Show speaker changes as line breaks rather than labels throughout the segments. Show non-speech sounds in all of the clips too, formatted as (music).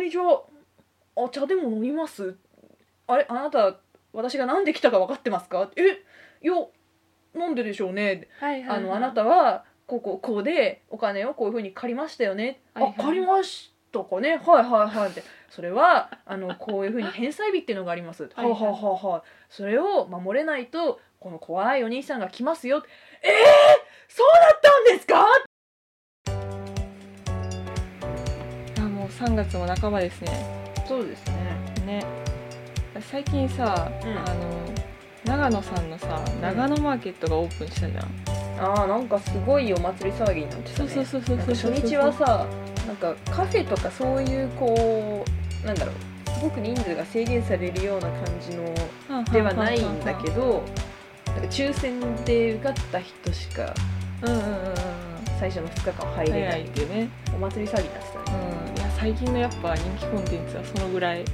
にちはあ茶でも飲みますあれあなた私が何で来たか分かってますかえいやなんででしょうね
はいはいはい
あのあなたはこうこうこうでお金をこういうふうに借りましたよね、
はいはい
あ借りましたかねはいはいはいってそれはあのこういうふうに返済日っていうのがあります
はいはい
はあはあはあはあそれを守れないとこの怖いお兄さんが来ますよえー、そうだったんですか
あもう3月も半ばですね
そうですね
ね最近さ、
うん
あの長野さんのさ長野マーケットがオープンしたじゃん、
ああなんかすごいお祭り騒ぎになってた
そう
ね
そうそうそう
なん
そ
か
う
初日はさなんかカフェとかそういうこうなんだろうすごく人数が制限されるような感じのではないんだけどなんか抽選で受かった人しか
どうんうんうんうんうん
最初の2日間入れな
早い
い
っていうね、
お祭り騒ぎになってた
う
ね
ん、いや最近のやっぱ人気コンテンツはそのぐらい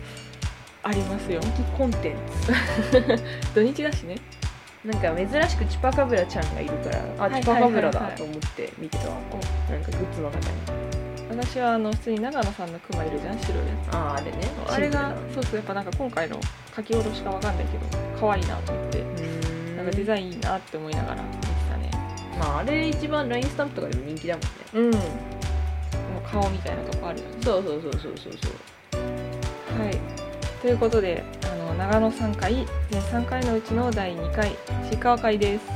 ありますよ
人気コンテン
(laughs) 土日だしね
ツなんか珍しくチュパカブラちゃんがいるからあ
いは
チ
い
ュパカブラだと思って見てたわなんかグッズの中に
私はあの普通に長野さんのクマいるじゃん白いや
あああれね
つあれがそうそうやっぱなんか今回の書き下ろしかわかんないけど可愛いなと思ってな
なんんか
かデ
デ
ザインいいなって思いながら見てたね
まああれ一番 LINE スタンプとかでも人気だもんね
うんもう顔みたいなとこあるよね
そうそうそうそうそうそう
はいということであの長野3回全3回のうちの第2回シーカー会です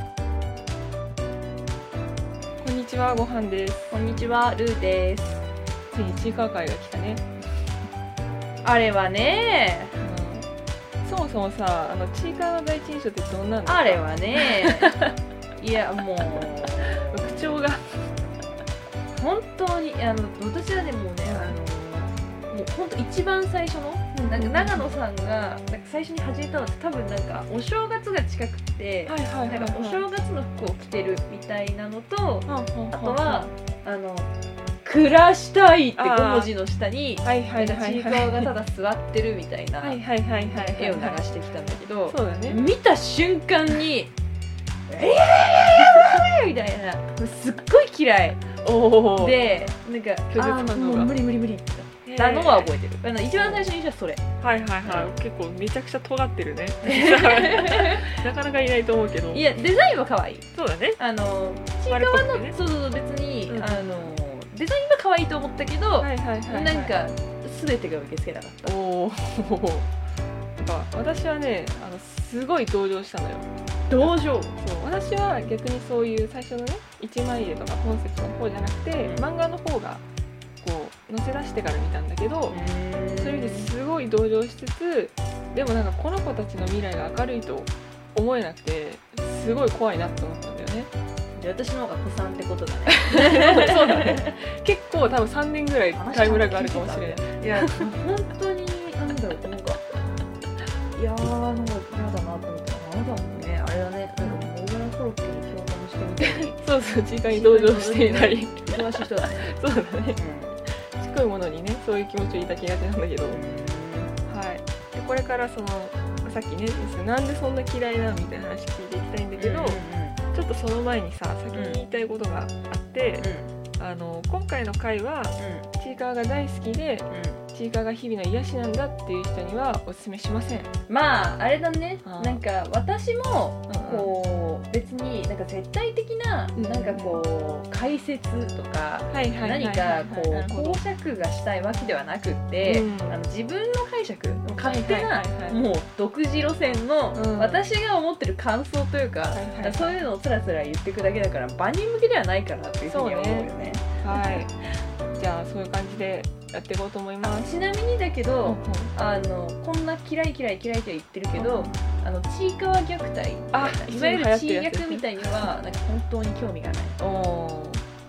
こんにちはごはんです
こんにちはルーです
ついにシーカー会が来たね
あれはね
あのそもそもさあのチーカーの第一印象ってどんなんですか
あれは (laughs) ねいやもう
口調が
本当にあの私はねもうねあのもう本当一番最初のなんか長野さんがなんか最初に始めたのって多分なんかお正月が近くて、
はいはいはい、
なんかお正月の服を着てるみたいなのとあとはあの「暮らしたい」って
あー
5文字の下に
はいはい
なんか
は
ち
い
いか
はい
わがただ座ってるみたいな
はいはいはいはい
絵を流してきたんだけど
そうだね
見た瞬間に「ええみたいなすっごい嫌い。
おお
でなんか
拒絶反応が
あーもう無理無理無理って
で
なのは覚えてる、あの一番最初にしたそれ
はいはいはい、
う
結構めちゃくちゃ尖って (laughs) るねなかなかいないと思うけど
いやデザインは可愛い
そうだね
あのちいかわ
丸っこく
の、
てね
そうそうそう別に、
うん
あのデザインは可愛いと思ったけど、
いはいは
なんか全てが受け付けなかった
おおなんか私はねあのすごい同情したのよ
同情
そう私は逆にそういう最初のね一枚絵とかコンセプトの方じゃなくて
ん
漫画の方がこう載せ出してから見たんだけど、
そ
そうう
い
い
意
うう意
味
味
で
ですすごい同情しつつでもなんかこの子たちの未来が明るいと思えなくてすごい怖いなって思ったんだよね
で私の方が子さんってことだね (laughs)
(laughs) そうだね結構多分3年ぐらいタイムラグあるかもしれない
いや本当になんだろうなんかいやーなんか嫌だなと思ってあなたもねあれだねなんかモグラコロッケに共感してみたいに
そうそう時間に同情していない
忙しい人だね、
そうだねちっこいものにねそういう気持ちを抱きがちなんだけどはいでこれからそのさっきねなんでそんな嫌いなみたいな話聞いていきたいんだ
だ
けど、ちょっとその前にさ先に言いたいことがあって、あの今回の回はちいかわが大好きでチーカーが日々の癒しなんだっていう人にはおすすめしません。
まああれだね
あー
なんか私も
こ
こう別になんか絶対的な
うん
なんかこう解説とか
うはいはいはい
何
はい
かこう
こ
講釈がしたいわけではなくって
うん
あの自分の解釈勝手
は
ない
はいはいはい
もう独自路線の
うん
私が思ってる感想というか
はいはいはい
そういうのをつらつら言っていくだけだから万人向けではないかなっていうふうには思うよね。
はい。じゃあそういう感じでやっていこうと思いま
あ
す。
ちなみにだけ
う
ど
ん、
あのこんな嫌い嫌い嫌いと言ってるけ
う
ど
ん、
あのちいかわ虐待
あ
いわゆるちい
一緒に流行ってるやつ
役みたいにはなんか本当に興味がない
お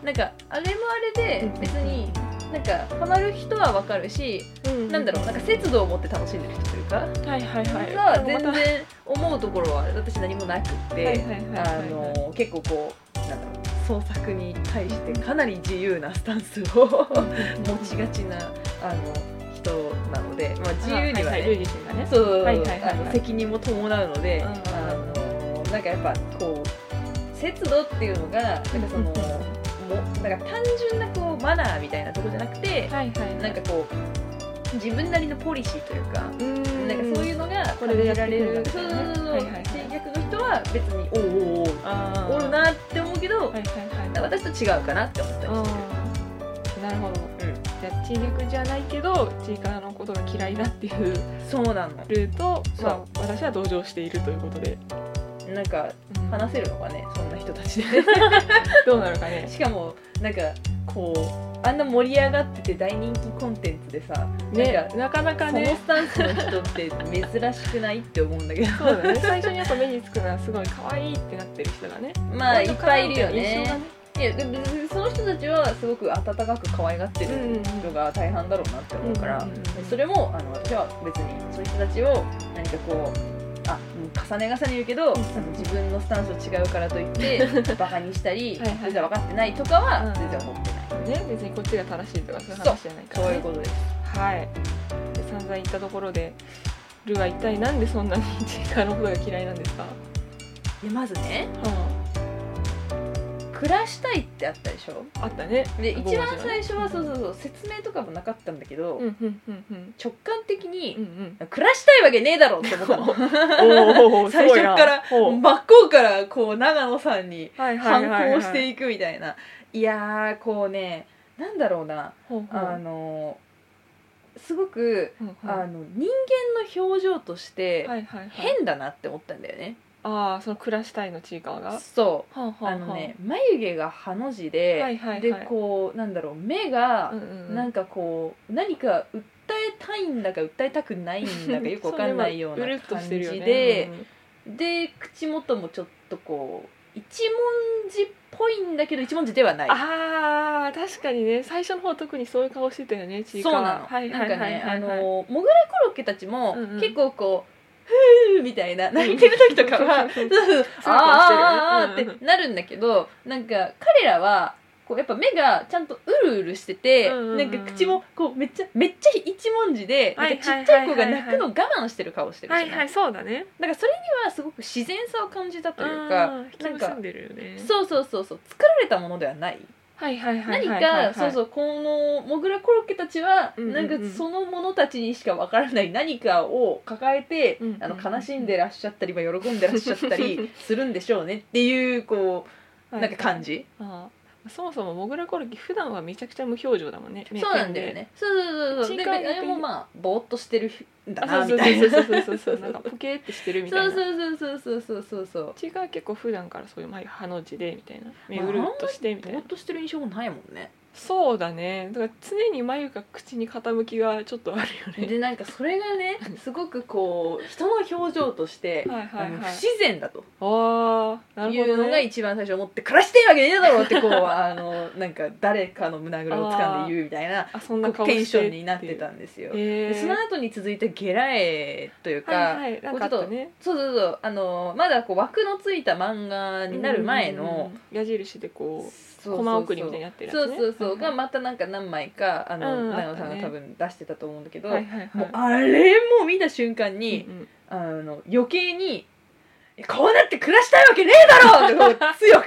ー
なんかあれもあれで別になんかハマる人はわかるし、
うん
なんだろうなんか節度を持って楽しんでる人というか、
はいはいはい。
が
で
全
もまた
然思うところは私何もなくって、
はいはいはいはい
あの結構こうなんだろう創作に対してかなり自由なスタンス
(laughs)
を持ちがちなあの人なので、まあ、自由には
あ
ね、
いいルー自身がね。
そう、
はいはいはいはい
あの責任も伴うので、
うん
あのなんかやっぱこう節度っていうのがなんかその、もなんか単純なこうマナーみたいなとこじゃなくて、
はいはいはい。
なんかこう自分なりのポリシーというか、
うん
なんかそういうのが
これでやって
ら
い
れ
くんだ
る
み
そう
た
そ
いうなね
そう、
はいはいはい
制約の人は別におうおうおう
あ
おるなって思うけど、
はいはいはい
なんか私と違うかなって思ったり
あ
して
ーなるほど、
うん
じゃあ地略じゃないけど地域のことが嫌いだっていう
るそうなの
ルート
そう
まあ私は同情しているということで、
なんか
うん
話せるのかねそんな人た
(laughs)
ちで
どうなるかね
しかもなんかこうあんな盛り上がってて大人気コンテンツでさ、なん
ね
か
なかなか
その
ね
スタンスの人って珍しくないって思うんだ
(laughs)
けど
そうだね最初にやっぱ目につくのはすごい可愛いってなってる人がね
まあい
こ
っ
の
ぱ
彼
いいるよね
印象がね
いやでも別にその人たちはすごく温かく可愛がってる人が大半だろうなって思うから、
うんうんうん
それもあの私は別にそういう人たちを何かこうあ重ね重ね言うけど、
ん
あの自分のスタンスと違うからといって
(laughs)
バカにしたり
はいはい
全然分かってないとか
う
は
ん
全然思ってない、
ね別にこっちが正しいとかそういう話じゃないから、ね、
そういうことです
はいで散々言ったところでルーは一体なんでそんなに地域のことが嫌いなんですか、
でまずね暮らしたいってあったでしょ
あったね
で
五
一
文字のね
番最初はそうそうそう説明とかもなかったんだけど、
うんうんうんうん
直感的に、
うん
暮らしたいわけねえだろって思
(laughs)
ったの
うんおー
最初から
すごいなおー
真っ向からこう長野さんに
はいは
反
いはいは
抗
い
していくみたいな、いやーこうねなんだろうな、
ほうほう
あのすごく、
うんうん
あの人間の表情として
はいはいはい
変だなって思ったんだよね、
ああその暮らしたいのちいかわがは
そう
あは
あのね眉毛がハの字で、
はいはいはい
でこうなんだろう目が
うんうんうん
なんかこう何か訴えたいんだか訴えたくないんだかよくわかんないような
それはるっと
感
し
じ
てる
で、
よねうん
で口元もちょっとこう一文字っぽいんだけど一文字ではない
ああ確かにね最初の方特にそういう顔してたよねちいか
そう
わ
なの、
はい
な
は
ん
い
か
はい
ね
は
あ
い
の
はい
モグラコロッケたちも
うんうん
結構こう「ふー」みたいな泣いてる時とかは「あ
う
あ
ん
あああ」っ
そうそうしてるよねうんうん
てなるんだけどなんか彼らはこうやっぱ目がちゃんとうるうるしてて、
うんうんうん
なんか口もこうめっちゃめっちゃ一文字でなんかちっちゃい子が泣くのを我慢してる顔してるじゃ
は
ない
いはいそうだね
なんかそれにはすごく自然さを感じたという
あ
か
ー引き結んでるよね
そうそうそうそう作られたものではない
はいはいはいはい
何
はい
かそうそうこのモグラコロッケたちは
うんうん
な
うんん
かその者たちにしかわからない何かを抱えて
うんうんうん
あの悲しんでらっしゃったりまあ喜んでらっしゃった (laughs) りするんでしょうねっていうこう
は
な
い
んか感じ
あーそもそもモグラコルキ普段はめちゃくちゃ無表情だもんね
そうなんだよねそうそうそうそう
一
で
回
あれもまあぼーっとしてるんだ
あ
な
そ
み
うそ
たいうな
そ
そうう
そうそうそうなんかポケーってしてるみたい
そう
な
そうそうそうそうそう
ちいかわは結構普段からそういう眉ハの字でみたいな目
あんま
う
り
るっとしてみ
ぼ
たいな
ーっとしてる印象もないもんね
そうだねだから常に眉が口に傾きがちょっとあるよね
でなんかそれがねすごくこう人の表情として
はいは
あ
い
の
は
不
い
自然だと
(laughs) ああなる
い
ほ
う
ど、
のが
ね、
一番最初思って「暮らしてるわけねえだろ」って
(laughs)
こうあのなんか誰かの胸ぐらを掴んで言うみたい
(laughs)
な
あそんな
こ
顔
う
して
テンションになってたんですよ。
へ
で
え
その後に続いたゲラエというか、
はいはいなんかあったね
そうそうそうあのまだこう枠のついた漫画になる前の
うん矢印でこう
そうそうそう
コマ送りみたいになってるや
そう
つ、ね、
そうそう
は
が
い
またなんか何枚かあ
う
の
ん
長野さん
あ
が
ったね
多分出してたと思うんだけど、
はいはいはい
もうあれもう見た瞬間に、
うんうん
あの余計に「こうなって暮らしたいわけねえだろ!」ってこう
(laughs)
強く。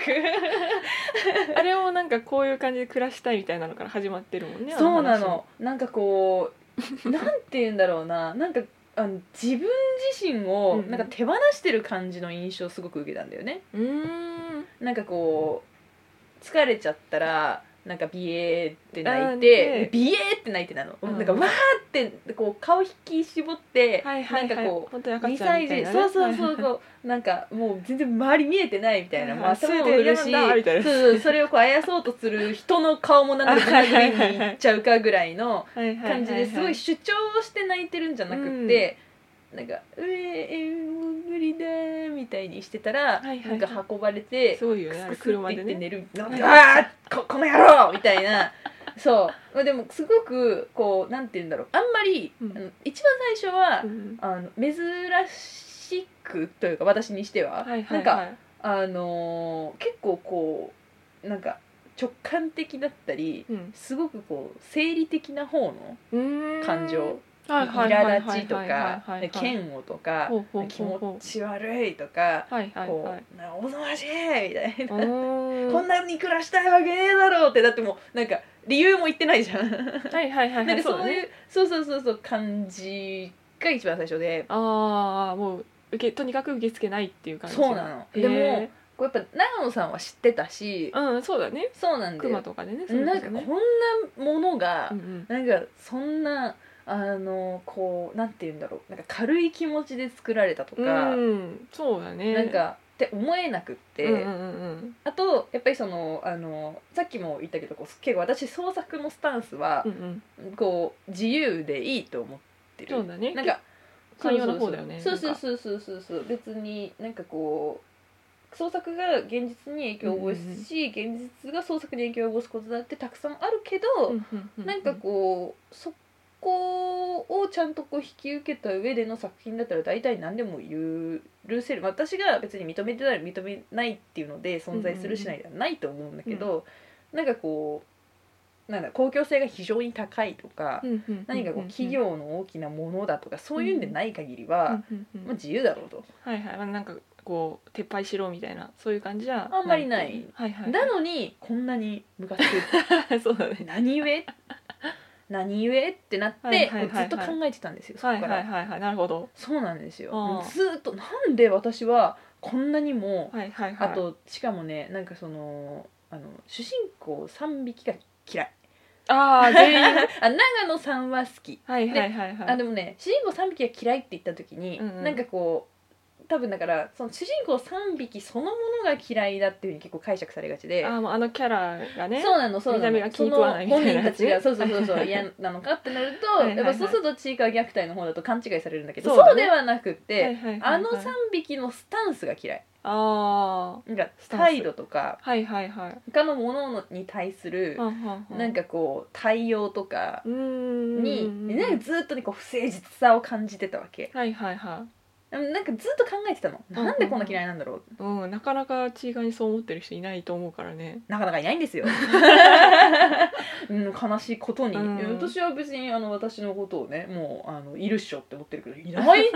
あれもなんかこういう感じで暮らしたいみたいなのから始まってるもんね
そうな
あ話も
のなんかこうなんて言うんだろうななんかあの自分自身
うん
を
うん
なんか手放してる感じの印象をすごく受けたんだよね
うーん
なんかこう疲れちゃったらなんかビエーって泣い
あーね
てビエーって泣いてなの、
うん
なんかわーってこう顔引き絞って、
はいはいはい
なんかこう
本当に赤
2
ちゃんみ
歳
たい
児
な
そ
ね、
うそうそううこ (laughs) うなんかもう全然周り見えてないみたいな、
はい
も
は
う
い
頭も振るし
それで選んだみたいな
そうそうそれをこうあやそうとする人の顔もなんでこんなグリーンに行っちゃうかぐらいの感じですごい主張をして泣いてるんじゃなくって、なんか「うええもう無理だ」みたいにしてたら、
はいはいはい
なんか運ばれて
すごいよねあ
ク
れ
スクスっ
車
て
で
言って
ね
寝る「
い
なんであーここの野郎!」みたいなそうまあでもすごくこうなんて言うんだろうあんまり、
うん
あの一番最初は、
うん
あの珍しくというか私にしては、
はいはいはい
なんかあのー結構こうなんか直感的だったり
うん
すごくこう生理的な方の
うーん
感情
はいはいはいはい
苛立ちと
はいはい
か
はいはい
嫌悪とか
ほうほう
気
ほう
持
ほう
ち悪いとか
はいはい
こ
はいう
なおぞましいみたいな
うーん
こんなに暮らしたいわけねえだろうってだってもうなんか理由も言ってないじゃん
はいはいは
な
いは
ん
い
でそう
だ
いう
ね
そう,、そうそうそう感じが一番最初で
ああもう受けとにかく受け付けないっていう感じ
そうなの
へー
でもこうやっぱ長野さんは知ってたし
うんそうだね
そうなんだよ
熊とかでねそういう
なん
の
か
と
こ
ね
んなものが、
うんうん
なんかそんなあのこうなんて言うんだろうなんか軽い気持ちで作られたとか、
うんそうだね
なんかって思えなくって、
うんうんうん
あとやっぱりそのあのさっきも言ったけどこう結構私創作のスタンスは
う、んうん
こう自由でいいと思って
そう
る
だね
なんか
寛容な方だよね
そうそう
な
ん
か
そうそうそうそう別になんかこう創作が現実に影響を及ぼすし、現実が創作に影響を及ぼすことだってたくさんあるけど、
うんうんう
なんかこうそこをちゃんとこう引き受けた上での作品だったら大体何でも許せる私が別に認めてない認めないっていうので存在するしないではないと思うんだけど、なんかこうなんだ公共性が非常に高いとか、
うんうんうんうん
何かこう企業の大きなものだとかそういうんでない限りは、
うんうんうん
まあ、自由だろうと。
はいはいまあなんかこう撤廃しろみたいなそういう感じじゃ
あんまりない
ってうはいはい
なのにこんなにムカつく
(laughs) そうだね (laughs)
何故何故ってなって、
はいはいはいはい
ずっと考えてたんですよそこ
は
か
い
ら。
はいはいはいなるほど
そうなんですよ
あー
ずーっとなんで私はこんなにも、
はいはいはい
あとしかもねなんかそのあの主人公3匹が嫌い
ああ全員
あ長野さんは好き、
はいはいはいはい
あでもね主人公3匹が嫌いって言った時に、
うんうん
なんかこう多分だからその主人公3匹そのものが嫌いだっていうふうに結構解釈されがちで
あーもうあのキャラがね
そうなのそう
見
な
た
の
目が気に食わないみ
その
たい
本
な
人た
やつ
ちがそ
ね
うそうそう
(laughs)
そう嫌なのかってなると
はいはいはい
やっぱそうするとちいかわ虐待の方だと勘違いされるんだけど
そ
そうう,、
だね
ではなくって、
はいはいはいはい
あの3匹のスタンスが嫌い
あ
なんか
スタンス
態度とか
あはいはいはい
他のものに対する
はんはんは
なんかこう対応とか
うーん
になんかずっとねこう不誠実さを感じてたわけ
はいはいは
なんかずっと考えてたの
うんうん
なんでこんな嫌いなんだろう
いうんなかなかちいがにそう思ってる人いないと思うからね
なかなかいないん
(laughs)
ですよ、うん、悲しいことに、
うん
いや私は別にあの私のことをねもうあのいるっしょって思ってるけどいない
(laughs)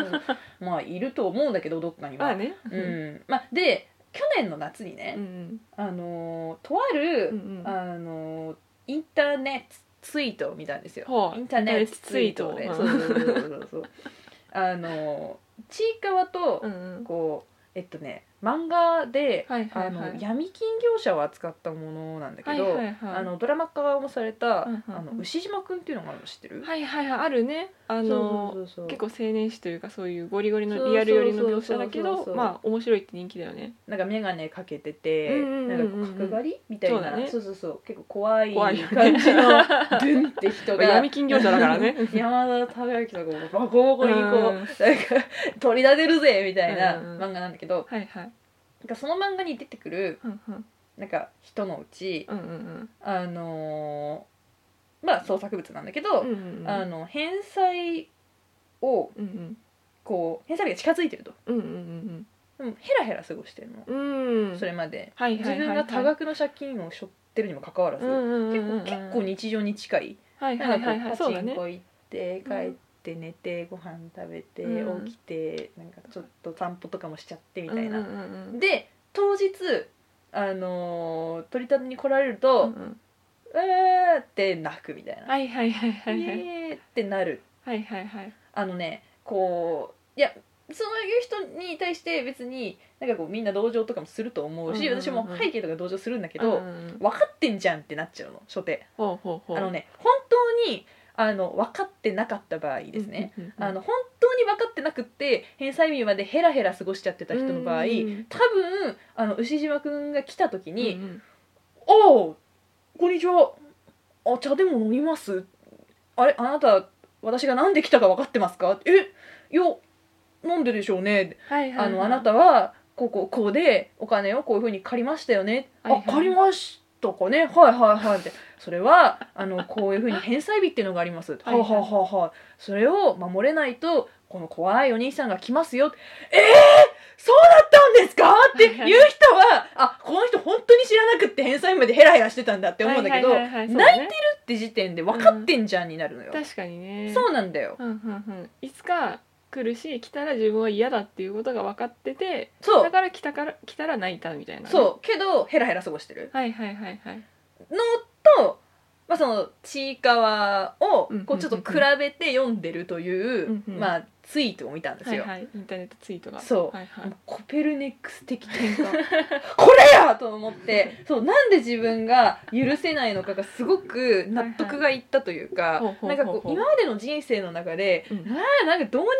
まあいると思うんだけどどっかに
ま
は、
あね
うんまあ、で去年の夏にね、
うん
あのーとあ
うんう
る、
んうん
あのーインターネットツイートを見たんですよ、
はい
インターネットツイートを
イン
ね
ター
そ
ネ
う
ッ
そ
ト
うそうそうそうあのーちいかわと
うんうん
こうえっとね漫画で、
はいはいはい
あの闇金業者を扱ったものなんだけど、
はいはいはい
あのドラマ化もされた、
うんうんうん
あの牛島くんっていうのがあるの知ってる、
はいはいはいあるねあの
そうそうそうそう
結構青年誌というかそういうゴリゴリのリアル寄りの描写だけ
そうそうそうそ
ど
う
まあ面白いって人気だよね
なんか眼鏡かけてて、
うんうんうんうん
なんか角刈りみたいな
そうだね
そうそうそう結構怖い
怖いよね (laughs)
感じのドゥンって人が
闇金業者だからね
(laughs) 山田孝之とかもボコボコにこう、
うん
なんか取り立てるぜみたいな
うんうんうん
漫画なんだけど、
はいはい
なんかその漫画に出てくる
うんうん
なんか人のうち
うんうん
あのーまあ創作物なんだけど、
うんうんうん
あの返済を
うんうん
こう返済日が近づいてると
うんうん
でもヘラヘラ過ごしてるの、
うんうんうん
それまで
はい
自
はいはいはい
分が多額の借金を背負ってるにもかかわらず、
うんうんうんうん
結構結構日常に近い
はいは
ないんかこ
はいは
う
い
パ
そう
チ
だ
ン
ね
コ行って帰
うん
って寝てご飯食べて
うん
起きてなんかちょっと散歩とかもしちゃってみたい
うん
な。
うんうん
で当日あのー取り立てに来られる
うんう
と
ん
「うー」って泣くみたいな「
はいはいはいはいはい
えー」ってなる
はいはいはい
あのねこういやそういう人に対して別になんかこうみんな同情とかもすると思うし、
うんうんうん
私も背景とか同情するんだけ
け
ど、
うん
分かってんじゃんってなっちゃうの初手
ほうほうほう
あのね本当にあの分かってなかった場合ですね、
うんうんうん
あの本当に分かってなくって返済日までヘラヘラ過ごしちゃってた人の場合、
うんうん
多分あの牛島くんが来た時に「
うんうん
おおこんにちはあ茶でも飲みますあれあなた私がなんで来たか分かってますかえいや飲んででしょうね、
はいはいはい
あのあなたはこうこうこうでお金をこういうふうに借りましたよね、
はいはい
あ借りましたかねはいはいはいってそれはあのこういうふうに返済日っていうのがありますは
はい
いはいはいはいそれを守れないとこの怖いお兄さんが来ますよええそうだったんですかっていう人はあこの人本当に知らなくって返済までヘラヘラしてたんだって思うんだけど、
はいはいはいはいそうだね
泣いてるって時点で分かってんじゃんになるのよ、
確かにね
そうなんだよ
うんうんうんいつか来るし来たら自分は嫌だっていうことが分かってて
そ
だ
う
から来たから来たら泣いたみたいなね、
そうけどヘラヘラ過ごしてる
はいはいはいはい
のとまあ、そのちいかわを
うん
こうちょっと比べて読んでるという、
うんうん
まあ、ツイートを見たんです
はい
よ。
はいインターネットツイートが
そう
はいはい
コペルネックス的転換 (laughs) これやと思ってそうなんで自分が許せないのかがすごく納得がいったというか、
はいはいほうほうほうほう
なんかこう今までの人生の中で、
うん
あーなんかどうにも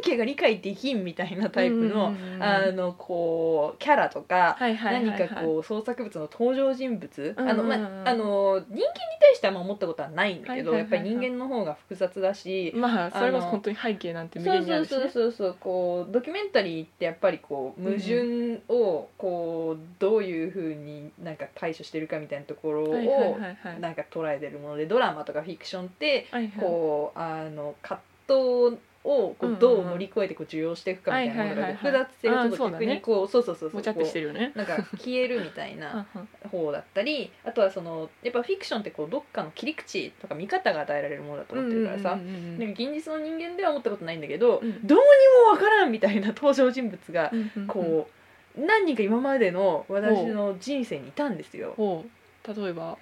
神経が理解できんみたいなタイプの,、あのこうキャラとか、
はいはいはいはい
何かこう創作物の登場人物、
うんうん
あ
う
の
ん
まあの人間に対してはあんま思ったことはないんだけど、
はいはいはいはい
やっぱり人間の方が複雑だし、
まあそれこそ
あの
本当に背景なんて無
そう
限にあ
そう
るし
そう
ね
そうそうこうドキュメンタリーってやっぱりこう矛盾をこうどういうふうになんか対処してるかみたいなところ
はいはい
を
はいはい
なんか捉えてるものでドラマとかフィクションって
はいはい
こうあの葛藤をこ
うんうんう
うんどう乗り越えてこう受容していくかみたいなものが
はいはいはいはい
複雑性がちょっと逆にこうそうそうそうそう
もちゃってして
こ
るよね
うなんか消えるみたいな
うんうん
方だったりあとはそのやっぱフィクションってこうどっかの切り口とか見方が与えられるものだと思ってるからさ、
うんうんうんうん
なんか現実の人間では思ったことないんだけど、
うん
どうにもわからんみたいな登場人物が
うんうんうん
こう、何人か今までの私の人生にいたんですよ。
ほう例えば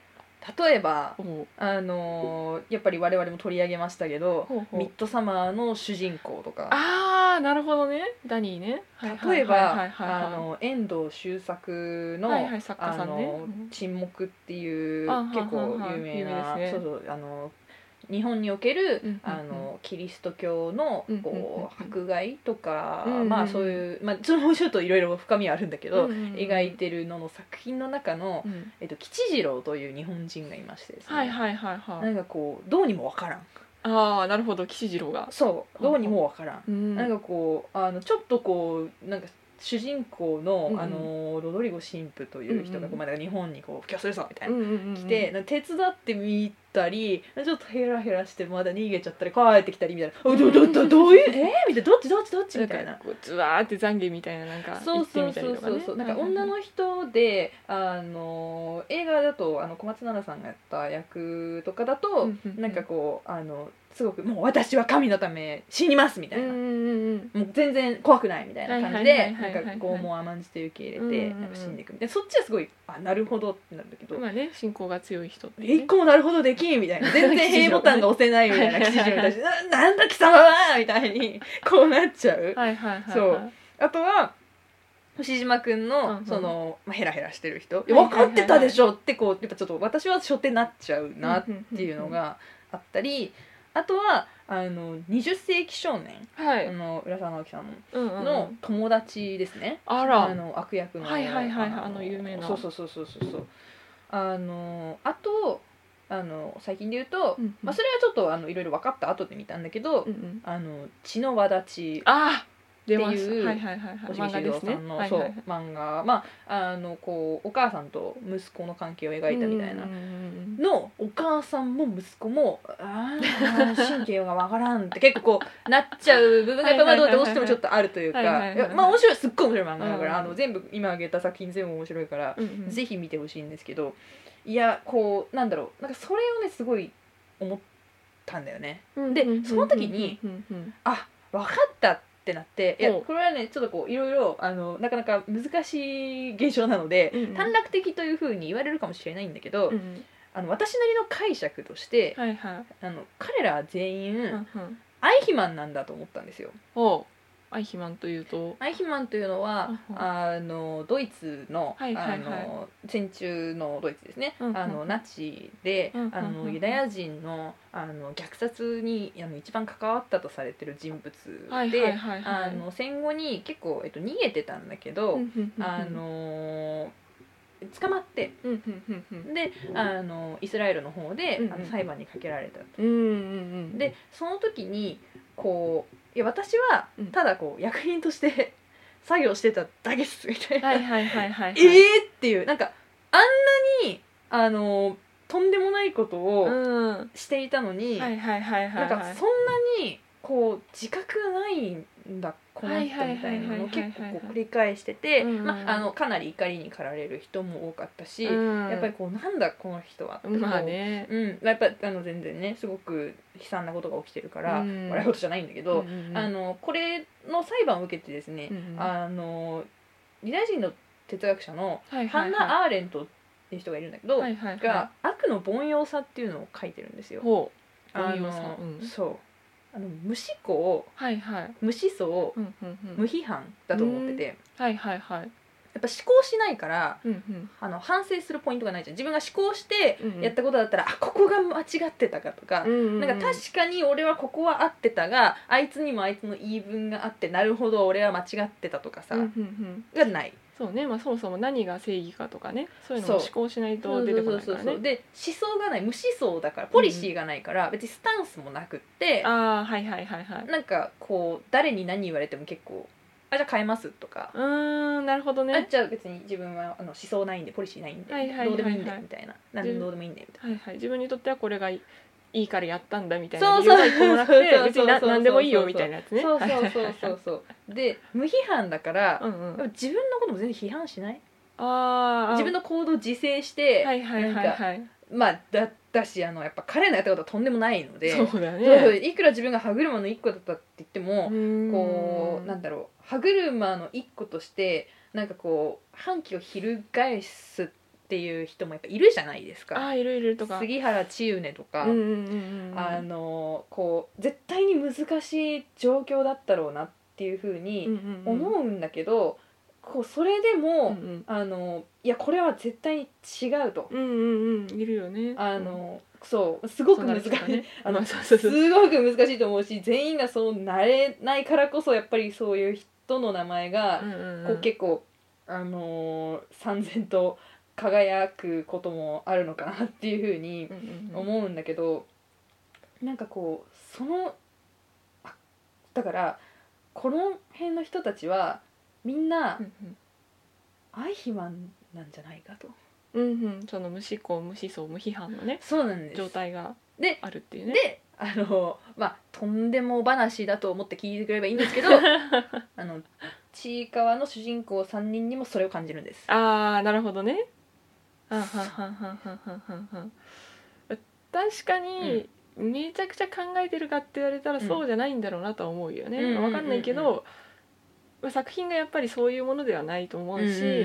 例えば
ほう
あのーやっぱり我々も取り上げましたけど
ほうほう
ミッドサマーの主人公とか
ああなるほどねダニーね
例えばあ
の
の遠藤周作の、
はいはい作家
あ
さんね
の
うん
沈黙っていう
あ
結構
ははは
有名な
有名です
そ
ね
うそうあの日本における、
うんうんうん
あのキリスト教の
うんうんうんうん
こう迫害とか、
うんうんうん
まあそういうまあそれもちょっといろいろ深みはあるんだけど、
うんうんうん
描いてるのの作品の中の、
うん
えっと吉次郎という日本人がいましてですね
はいはいはいは
ないんかこうどうにもわからん
ああなるほど岸次郎が
そうどうにもわからん
うん
なんかこうあのちょっとこうなんか主人公の,、
うんうん
あのロドリゴ神父という人がこう、
うんうん
まあ、なんか日本にこう「布教するぞ」みたい
うん
な、
うんうんうん
来てなんか手伝ってみたりちょっとヘラヘラしてまだ逃げちゃったり帰ってきたりみたいな「あどどどどういうえーみたいな「どっちどっちどっち」みたい
ん
な
か。こうずわーって懺悔みたいななんか
そ
言
う
って
そう
みた
そ
り
う
とか
そう
ね
そう、なんか女の人であの映画だとあの小松菜奈さんがやった役とかだと、
うんうんうん
なんかこうあのすごく「もう私は神のため死にます」みたいな、
うんうん
もう全然怖くないみたいな感じ
はいは
で
いはいはい
な
はい
んか拷問を甘んじて受け入
うん
れ
うん
て
うん
なんか死んでいくみたいなそっちはすごいあなるほどってなるんだけ
う
ど
んまあね信仰が強い人ってね
一個もなるほどできんみたい
(laughs)
な全然平ボタンが押せないみたいな記
記
事
事
を
をね
見たしななんだ貴様はみたいにこうなっちゃう
はいはいはいはい
そうあとは星島くん
うんう
の
ん
そのまあヘラヘラしてる人
いはいは
分
い
かってたでしょってこうやっぱちょっと私は初手なっちゃうなっていうの
んんん
があったりあとはあの20世紀少年
うんは
あ
い
の浦沢直樹さんの
うんうんうん
の友達ですね、
あら
あの悪役の
はいはいはいはいあの有名な
そうそうそうそうそうそうあのあとあの最近で言うと、
うんうん
まあ、それはちょっとあのいろいろ分かった後で見たんだけど「
うんうん
あの血の輪立ち」
ああ出ま
っ
して
いう
たはいはいはいはい
小島
漫画
秀
で
夫
す
さ
ね
んの、
はい
そう
はいはい
漫画まああのこうお母さんと息子の関係を描いたみたいな
うんうんうんうん
のお母さんも息子もあー神経がわからんって結構こうなっちゃう部分がやっぱまあどうどうしてもちょっとあるというか
はいはいはいはい
いやまあ面白いすっごい面白い漫画だから、
うん
あの全部今挙げた作品全部面白いから、
うんうん
ぜひ見てほしいんですけどいやこうなんだろうなんかそれをねすごい思ったんだよねで
うんうんうんうん
その時に
うんうんうん
あ分かったってなっていや
ほう
これはねちょっとこういろいろあのなかなか難しい現象なので、
うんうん
短絡的というふうに言われるかもしれないんだけど、
うんうん
あの私なりの解釈として、
はいはい
あの彼らは全
う
員
んうん
アイヒマンなんだと思ったんですよ。
おうアイヒマンというと
アイヒマンというのは
うんうん
あのドイツの,、
はいはいはい
あの戦中のドイツですね、
うんうんうん
あのナチで、
うんうんうん
あのユダヤ人のあの虐殺にあの一番関わったとされてる人物で、
はいはいはいはい
あの戦後に結構、えっと、逃げてたんだけど、
うんうんうんうん
あの捕まって
うんうんうんうん
であのイスラエルの方で、
うんうん
あの裁判にかけられた
うんうんうん
でその時にこういや私は
うん
ただこう役人として作業してただけっすみたいな、
はいはいはいはいはい
ええー、っていうなんかあんなにあのとんでもないことを
うんは
していたのに、
いはいはいはい
なん
は
か
い
そんなにこう自覚がないんだこの人みたいなのを
はいはいはいはいはい
結構こう繰り返してて、
うんうん
まあ、あのかなり怒りに駆られる人も多かったし、
うん
やっぱりこうなんだこの人はってこう
まあね
うん、やっぱあの全然ねすごく悲惨なことが起きてるから、
うん
笑い事じゃないんだけど、
うんうん
あのこれの裁判を受けてですね、
うんうん
あのユダヤ人の哲学者の
はい
ハ
はい
ン
はい
ナ・アーレントっていう人がいるんだけど、
はいはいは
が悪の凡庸さっていうのを書いてるんです
い
よ。
ほう
あ
凡庸さ
の、
うん
そうあの無思考
はいはい
無思想
うんうんう
無
ん
批判だと思ってて、や
はいはいはい
っぱ思考しないから
うんうん
あの反省するポイントがないじゃん自分が思考して
うんうん
やったことだったら、あここが間違ってたかとか、
な
なんか確かに俺はここは合ってたがあいつにもあいつの言い分があってなるほど俺は間違ってたとかさ、
うんうんうん
がない
そうね、まあ、そもそも何が正義かとかねそういうのも
そう
思考しないと出てこない
そ
か
う
ら
そうそう
ね
で思想がない無思想だからポリシーがないから、別にスタンスもなくって
ああはいはいはいはい
なんかこう誰に何言われても結構「あじゃあ変えます」とか、
うーんなるほど
あ
ね
じゃあ別に自分はあの思想ないんでポリシーないんで、
はいはいはいはい
どうでもいいんでみたいな何で
自
も
分
どうでもいいんでみたいな。
はいはい自分にとってはこれがいいいいからやったんだみたい
そ
な
う
理
そ
由
う
が一個もなく
そう
て
そう
別にな
そうそうそう
何でもいいよみたいなやつね
そう
はいは
そう
い
そうそうそう (laughs) で無批判だから、
うんうん
でも自分のことも全然批判しない
ああ
自分の行動を自制して、
はいはいはい
なんか
はい
まあだだしあのやっぱ彼のやったことはとんでもないので
そうだ
そうそう
ね
いくら自分が歯車の一個だったって言っても、こ
こ
うなんだろう歯車の一個としてなんかこう反旗を翻すっていう人もやっぱいるじゃないです
あ
か
あいろいろとか
杉原千畝とか、
うんうんうんうん
あのこう絶対に難しい状況だったろうなっていうふう
うんう
に
んうん
思うんだけど、こうそれでも、
うんうん
あのいやこれは絶対に違うと、
うんうんうんいるよね
あのそうすごく難しい、
そうなる人がね
(laughs) あの
まあそうそうそう
すごく難しいと思うし全員がそうなれないからこそやっぱりそういう人の名前が、
うんうんうん
こう結構、あのー、燦然と輝くこともあるのかなっていうふうに
うんうんうん
思うんだけど、なんかこうそのあだからこの辺の人たちはみんなアイヒマンなんじゃないかと。
うんうん、その無思考無思想無批判のね
そうなんです
状態が
で
あるっていうね。
であのまあとんでも話だと思って聞いてくれればいいんですけ (laughs) どあのちいかわの主人公3人にもそれを感じるんです
ああなるほどね。はんはんはんはんはんはんはんはん確かに、めちゃくちゃ考えてるかって言われたら
うん
そうじゃないんだろうなとは思うよね。
うんうんうんうん
わかんないけど、まあ、作品がやっぱりそういうものではないと思うし、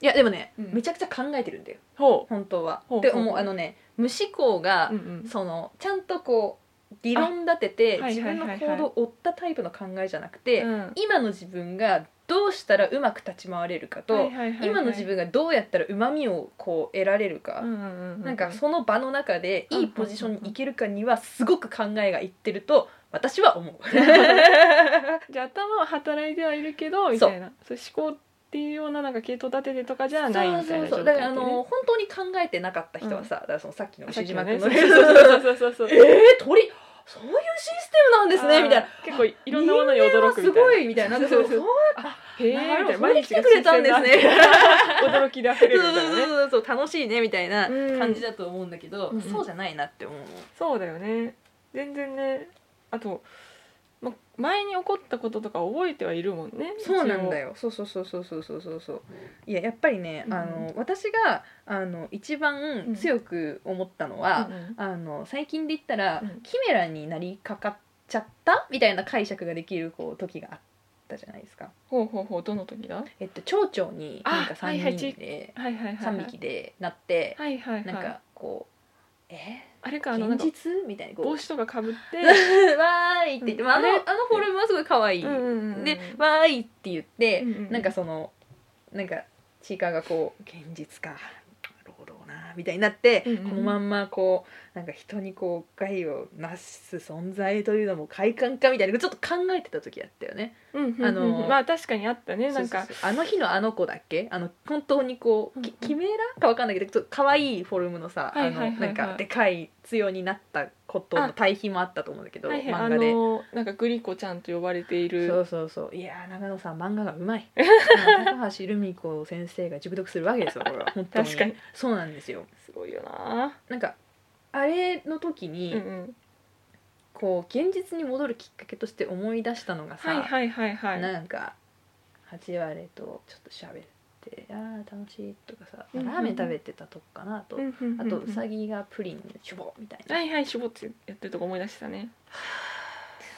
いやでもね、
うん
めちゃくちゃ考えてるんだよ
ほ
本当は
ほう
で
ほう
思うあのね無思考が、
う、うんうん、
そのちゃんとこう理論立てて
あはい
自
はい
分
はい
の
は
行
い
動を追ったタイプの考えじゃなくて、
うん
今の自分がどうしたらうまく立ち回れるかと、
はいはいはいはい
今の自分がどうやったらうまみをこう得られるか、
うんうんうんうん
なんかその場の中で
うん
いいポジションに行けるかにはすごく考えがいってると私は思う。
じゃあ頭は働いてはいるけどみたいなそう思考っていうようななんか系統立ててとかじゃないみたい
そ
な
うそうそう
状態で
だ
ね
からあの
(laughs)
本当に考えてなかった人はさ、だからそのさっきの
さ
牛
っき
島
の
君の
ねそう
ね
そうそうそうそうそう
えー、鳥そういうシステムなんですねみたいな。
結構いろんなものに驚く
人間はす
みたいな
ごいみたいな。なんかそう
そうそう
へ
へえみたいな
毎
毎
日
日
来てくれたんですね。
(laughs) 驚きで溢れ
そう
るみ
そ
た
う
い
そう
なね
そうそう楽しいねみたいな
うん
感じだと思うんだけど、
うんうん
そうじゃないなって思う。
そうだよね全然ねあとま前に起こったこととか覚えてはいるもんね
そうなんだ
よ
よそうそうそうそうそうそうそうそういややっぱりね、
うん
あの私があの一
う
番
ん
強く思ったのは、あの最近で言ったら、
うん
キメラになりかかっちゃったみたいな解釈ができるこう時があったじゃないですか。
ほうほうほうどの時だはい
えっと蝶々に
あ
なんか
は
三
いはい
人で
はいはい
三匹でなって、
はいはいはい
なんかこう、え
あれかあの
ー、
なん
現
か
実みたいなこう
帽子とかかぶって
(laughs) わーいって言って、まあ、あの
うん
あのフォルムはすごい可愛い、
うんうんうん
でわーいって言って、
うんうん
なんかそのなんかチーカーがこう現実か労働なみたいになって、
うんうん
このまんまこうなんか人にこう害をなす存在というのも快感かみたいなちょっと考えてた時やったよね。
あ
の
のまあ確かにあったねなんか
そうそうそうあの日のあの子だっけあの本当にこう、き
うんうん
キメラかわかんないけどちょっと可愛いフォルムのさ、
はいはいはいはい
あのなんかでかい強になったことの対比もあったと思うんだけど、
はいはい
漫
あ
画で。
のなんかグリコちゃんと呼ばれてい
そ
る
うそうそういやー長野さん漫画がう
(laughs)
まいうん高橋留美子先生が熟読するわけですよこれ
(laughs)
は本当に
確かに
そうなんですよ
すごいよな
なんかあれの時に、
うんうん
こう現実に戻るきっかけとして思い出したのがさ、
はいはいはいはい
なんか8割とちょっと喋って「あー楽しい」とかさ、
うんうんうん
ラーメン食べてたとこかなと、
うんうんうん
あとうさぎがプリンしょぼみたいな、
はいはい絞ってやってるとこ思い出したね (laughs)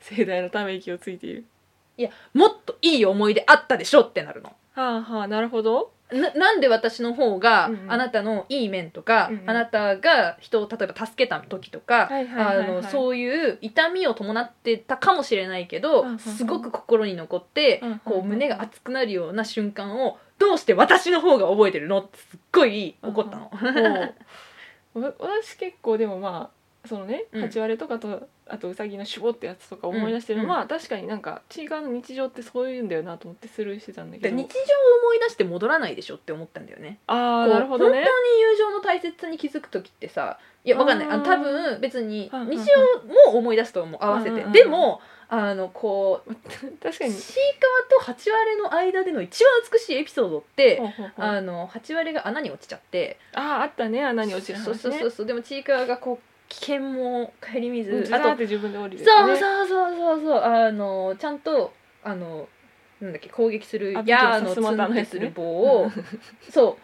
盛大なため息をついている
いやもっといい思い出あったでしょってなるの
はあはあなるほど
ななんで私の方が、
うんうん
あなたのいい面とか、
うんうん
あなたが人を例えば助けた時とか、
はいはいはいはい
あのそういう痛みを伴ってたかもしれないけど、
うんうんうん
すごく心に残って、
うんうんうん
こう胸が熱くなるような瞬間をどうして私の方が覚えてるのってすっごい怒ったの。
(laughs) もうわ私結構でもまあそのね
うん
八割れとかとあとうさぎのしぼってやつとか思い出してるのは、確かになんかチーガーの日常ってそういうんだよなと思ってスルーしてたんだ
(laughs)
け
で
ど
日常を思い出して戻らないでしょって思ったんだよね。
ああ
こう
なるほどね
本当に友情の大切さに気づく時ってさいやわかんないあの
あー
多分別に日
うんうんうん
常も思い出すと思う合わせ
うんう
て
んうん
でもあのこう
(laughs) 確か
シー
に
カーと八割れの間での一番美しいエピソードって
ほうほうほう
あの八割れが穴に落ちちゃって
あーあったね穴に落ちる話
そう
ね
そうそうそうでもチーカーがこう危険も顧み
うん
ず
ずら
あと
ーって自分で降りるやつ
そ
ね
うそうそうそうそうあのちゃんとあのなんだっけ攻撃する
あ
矢のツ
さすまた
ン
の
て
やつ
す
ね
る棒をそ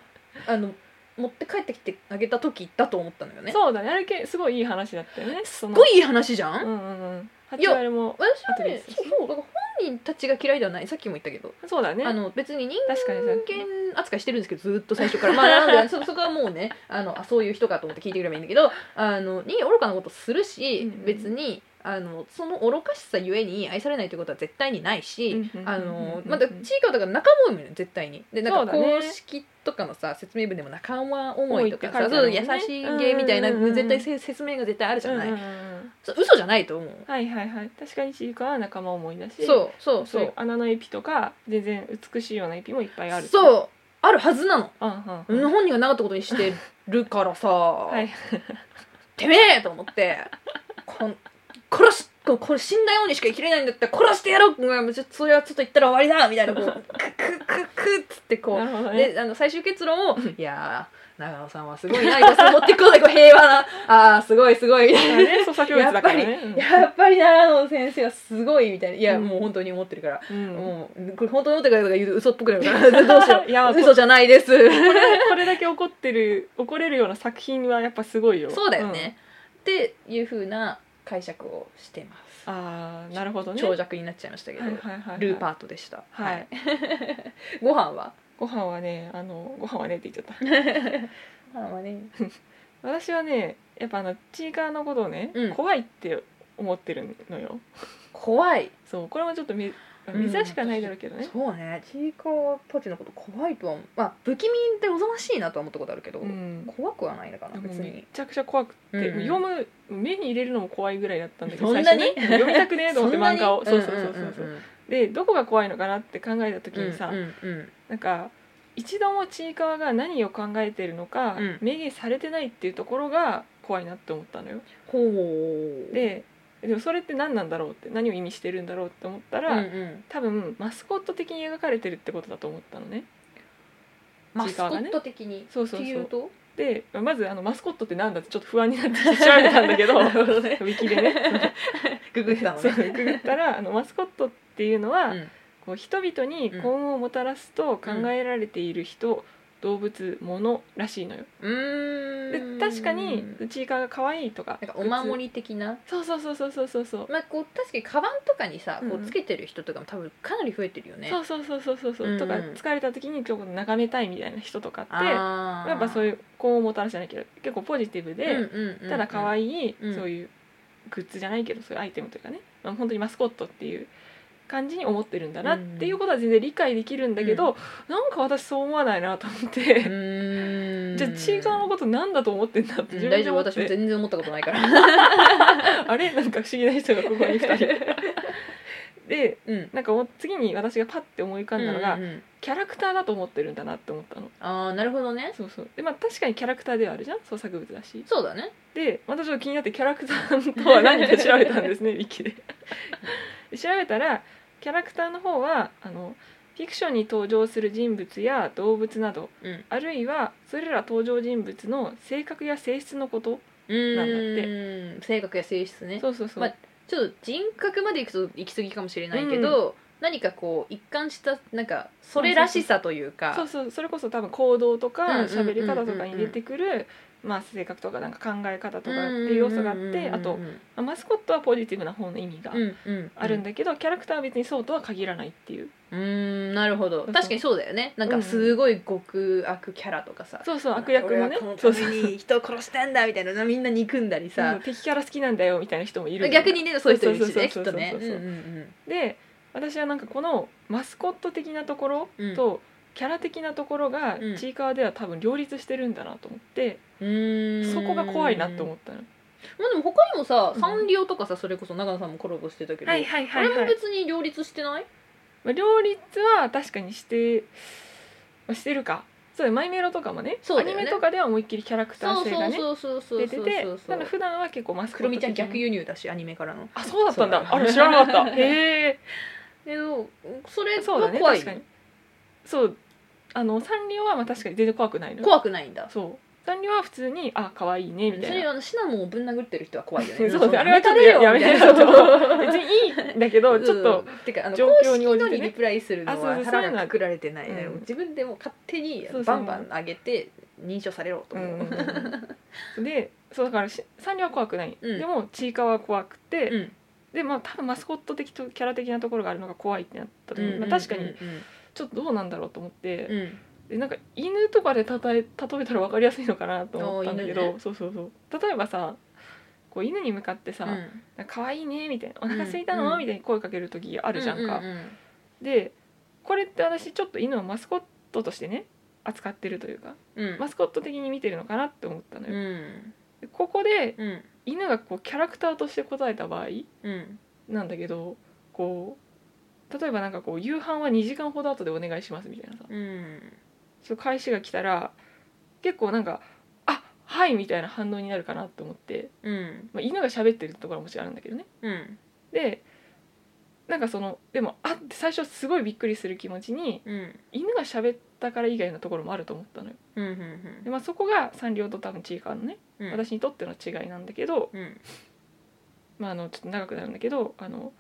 うあの持って帰ってきてあげた時だと思ったのよねすっ
そうだねあれけすごいいい話だったよねす
ごいいい話じゃん、
うんうんうん
いや
8割も
私はね
後で
そうそうだから本人たちが嫌いではないさっきも言ったけど、
そうだね
あの別に人
確かにそう
間扱いしてるんですけどずっと最初からまあ
(laughs)
なんでそそこはもうねあのあそういう人かと思って聞いてくればいいんだけどあのに愚かなことするし、
うんうん
別にあのその愚かしさゆえに愛されないということは絶対にないし、あのまだ地域はだから仲間思いなの絶対にでなんか
そうだね
公式とかのさ説明文でも仲間思いとか
思い
さ
って
そ
書
う
いてあ
優
るもんね
しい芸みたいな
うんうんうん
絶対せ説明が絶対あるじゃない、
うんうんうん
そう嘘じゃないと思う
はいはいはい確かにチーカーは仲間思いだし
そうそうそ
そういう
う
穴のエピとか全然美しいようなエピもいっぱいある
そうあるはずなの
うんうんうん
本人がなかったことにしてるからさ、
はい
てめえと思ってこん殺しここれ死んだようにしか生きれないんだったら殺してやろううんちょそれはちょっと言ったら終わりだみたいなこうククククっつってこう
なるほどね
であの最終結論を「いやー長野さんはすごいな愛さん持ってこないこう平和
(laughs)
なあーすごいすごい」みた
だ
いな
からね捜査教育
や
だ
っぱ
から
り、
ねうん
やっぱり長野先生はすごいみたいないや、
うん
もう本当に思ってるから、
うん
もうこれ本当に思ってるからとか言うと嘘っぽくなるからどうしよ
(laughs) いや
う (laughs) 嘘じゃないです
これこれだけ怒ってる怒れるような作品はやっぱすごいよ
そうだよね、っていうふうな解釈をしてま
うんああなるほど
す
ね
長尺になっちゃいましたけど、
はいはいはいはい
ルーパートでした
はい、
(laughs) ご飯は
ご飯はねあのご飯はねって言っちゃった
ご
(laughs)
飯はね
私はねやっぱあのチーカーのことをね、
うん
怖いって思ってるのよ
怖い
そうこれもちょっとみ
うん
珍しくはないだろうけどね、
そうねちいかわたちのこと怖いとは思うまあ不気味でおぞましいなとは思ったことあるけど、
うん
怖くはないだから
でも
別
め
に
ちゃくちゃ怖くて、
うんうん
読む目に入れるのも怖いぐらいだったんだけど
そんなに
最初ね読みたくねえと思って漫画
(laughs)
を
そ
そ
ん
う
な
そう
に
そうそう,、
んんん
でどこが怖いのかなって考えた時
うん
にさ、
うんうん
なんか一度もちいかわが何を考えてるのか、
うん
明言されてないっていうところが怖いなって思ったのよ
ほう
ででもそれって何なんだろうって何を意味してるんだろうって思った
うん
ら、
うん
多分マスコット的に描かれてるってことだと思ったのね
マスコット的に
そうそうそう
っていうと
でまずあのマスコットってなんだってちょっと不安になってきて調べたんだけど
(laughs) なるほどね
(laughs) ウィキでね
ググったの
そう
ね
(laughs) (laughs) ググったらあのマスコットっていうのは、
うん
こう人々に幸運をもたらすと考えられている人、動物物らしいのよ
うーん
で確かにちいかわが可愛いとか
なんかお守り的な
りそうそうそうそうそうそうそう
まあこう確かにカバンとかにさこ
う
うんつけてる人とかも多分かなり増えてるよね
そうそうそうそうそうそう
うんうん
とか疲れた時にちょっと眺めたいみたいな人とかってや
あー
っぱそういう幸運をもたらすじゃないけど結構ポジティブで、
うんうんうんうん
ただ可愛い、
うん
そういうグッズじゃないけどそういうアイテムというかね、まあ、本当にマスコットっていう感じに思ってるんだなっていうことは全然理解できるんだけど、なんか私そう思わないなと思って、
うん
じゃあチーカーのことなんだと思ってんだって
うん
自
大
分で
丈夫
思っ
私も
て、
全然思ったことないから
(laughs) あれなんか不思議な人がここに2人
(laughs)
で
うん
なんかもう次に私がパッて思い浮かんだのが、
うんうんうん
キャラクターだと思ってるんだなって思ったの
ああなるほどね
そうそうでまあ確かにキャラクターではあるじゃん創作物だし
そうだね
でまたちょっと気になってキャラクターとは何か調べたんですね
(laughs)
ウィキでで調べたらキャラクターの方はあのフィクションに登場する人物や動物など
うん
あるいはそれら登場人物の性格や性質のこと
うーん性格や性質ね
そうそうそう、
まあちょっと人格までいくと行き過ぎかもしれないけど、何かこう一貫したなんかそれらしさというか
そうそうそれこそ多分行動とか
うんうんうんうんうん
喋り方とかに出てくる、まあ、性格とかなんか考え方とかっていう要素があってあと
うん
まあマスコットはポジティブな方の意味が
うんうんうん
あるんだけど、キャラクターは別にそうとは限らないっていう
うーんなるほど
そう
確かにそうだよねなんかすごい極悪キャラとかさ、
そうそう悪役もね
俺はこ
そ
の
う
た
そう
めに人を殺したんだみたいなみんな憎んだり
う
さ
ん、敵キャラ好きなんだよみたいな人もいる
逆にねそういう人いるしねき
そ
っ
うそ
と
うそうそ
ね
うそううんそううんそうで私はなんかこのマスコット的なところ
うん
と、キャラ的なところが
うん
ちいかわでは多分両立してるんだなと思って、
うんうんうーん
そこが怖いなと思ったの。
まあでも他にもさ
うん
サンリオとかさそれこそ長野さんもコラボしてたけど、
はい
あれも別に両立してない
まあ、両立は確かにして、まあ、してるかそうだマイメロとかもね
そう
ア
だ
ニ
よね
メとかでは思いっきりキャラクタ
そう
ー性
そ
が
う
ね
そうそうそう
出
そ
て
う
て
そ
な
う
の普段は結構マスコ
黒
ッ
み
ト
ちゃん
的な
逆輸入だしアニメからの
あそうだったんだ
そうだ
あ
ね
れ知らな
(laughs)
かったへえ
けどそれ
そうだ
は
ね
怖い、
確かにそうあのサンリオはまあ確かに全然怖くないの
怖くないんだ
そうサンリオは普通にあ可愛いねみた
そ
い
れ
な
あのシナモンをぶん殴ってる人は怖いよ
(laughs) そ
ね
うそうあれはちょっと
や
やめ
めた
て
れ
よ
よみたいな
別にいいんだけどちょっと
うんてかあの
状
公
況
式
に応じ
の
てね
にリプライするの
あそうそ
は
うそうい
腹
うの
が
は
くくられてない、
うん
自分でもう勝手に
そうそう
バンバン上げて認証されろと
う
思う、
んうんうんでそうだからしサンリオは怖くない、
うん
でもちいかわは怖くて、
うん
でまあ多分マスコット的とキャラ的なところがあるのが怖いってなった時に、まあ、確かにちょっとどうなんだろうと思って、
うんうん
でなんか犬とかでたたえ例えたら分かりやすいのかなと思ったんだけ
あー
ど、
犬ね
そうそうそう例えばさこう犬に向かってさ「
うん
なんか可愛いね」みたいな「お腹空いた
うん
の?」
うん
みたいに声かける時あ
あ
るじゃんか。
うんうんうん
でこれって私ちょっと犬をマスコットとしてね扱ってるというか
うん
マスコット的に見てるのかなって思ったの
う
よ。
ん
でここで
うん
犬がこうキャラクターとして答えた場合、
うん
なんだけどこう例えばなんかこう夕飯は2時間ほど後でお願いしますみたいなさ
うん
そう返しが来たら結構なんか「あはい」みたいな反応になるかなと思って、
うん
まあ、犬が喋ってるところはもちろんあるんだけどね
うん
でなんかそのでも「あっ」て最初すごいびっくりする気持ちに
うん
犬が喋ったから以外のところもあると思ったのよ
うん
で、まあ、そこがサンリオと多分チーカーのね
うんうん
私にとっての違いなんだけど、
うん
まあ、あのちょっと長くなるんだけどあの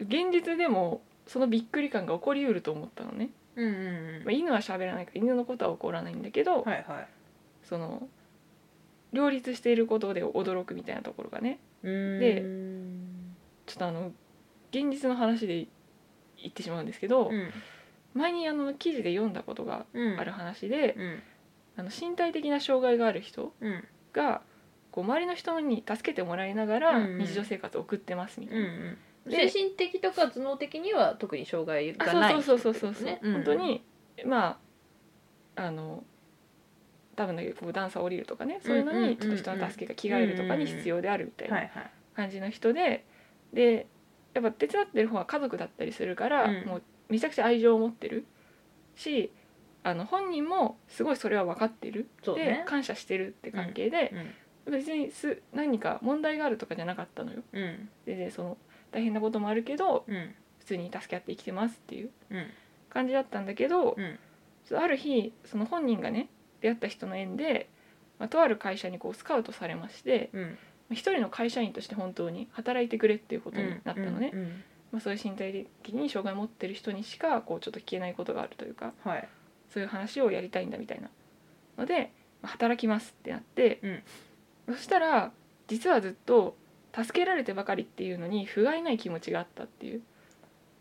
現実でもそのびっくり感が起こりうると思ったのね、
うんうんうん
まあ、犬は喋らないから犬のことは起こらないんだけ
は
ど、
いはい
その両立していることで驚くみたいなところがね
で
ちょっとあの現実の話で言ってしまうんですけど、
うん
前にあの記事で読んだことが
うん
ある話で、
うん
あの身体的な障害がある人
うん
がこう周りの人に助けてもらいながら
うんうん
日常生活を送ってますみたいな。
うんうん精
で
神的とか頭脳的には特に障害
あ
がない
そうそうそうそうそう、
ね
本当にまああの多分だけどこう段差降りるとかねそういうの
うんうんうんう
に
ん
ちょっと人の助けが着替えるとかに必要であるみたい
は
ない
はい
感じの人ででやっぱ手伝ってる方は家族だったりするから、
うん
もうめちゃくちゃ愛情を持ってるしあの本人もすごいそれは分かってる
そう
で
ね
感謝してるって関係で、別にす何か問題があるとかじゃなかったのよ。
うんうん
全然その大変なこともあるけど
うん
普通に助け合って生きてますっていう
うん
感じだったんだけど、
うん
そうある日その本人がね出会った人の縁で、まあ、とある会社にこうスカウトされまして
うん
まあ一人の会社員として本当に働いてくれっていうことになったのね、
うんうん
まあ、そういう身体的に障害を持ってる人にしかこうちょっと聞けないことがあるというか
はい
そういう話をやりたいんだみたいなので、まあ働きますってなって、そしたら実はずっと助けられてばかりっていうのに不甲斐ない気持ちがあったっていう。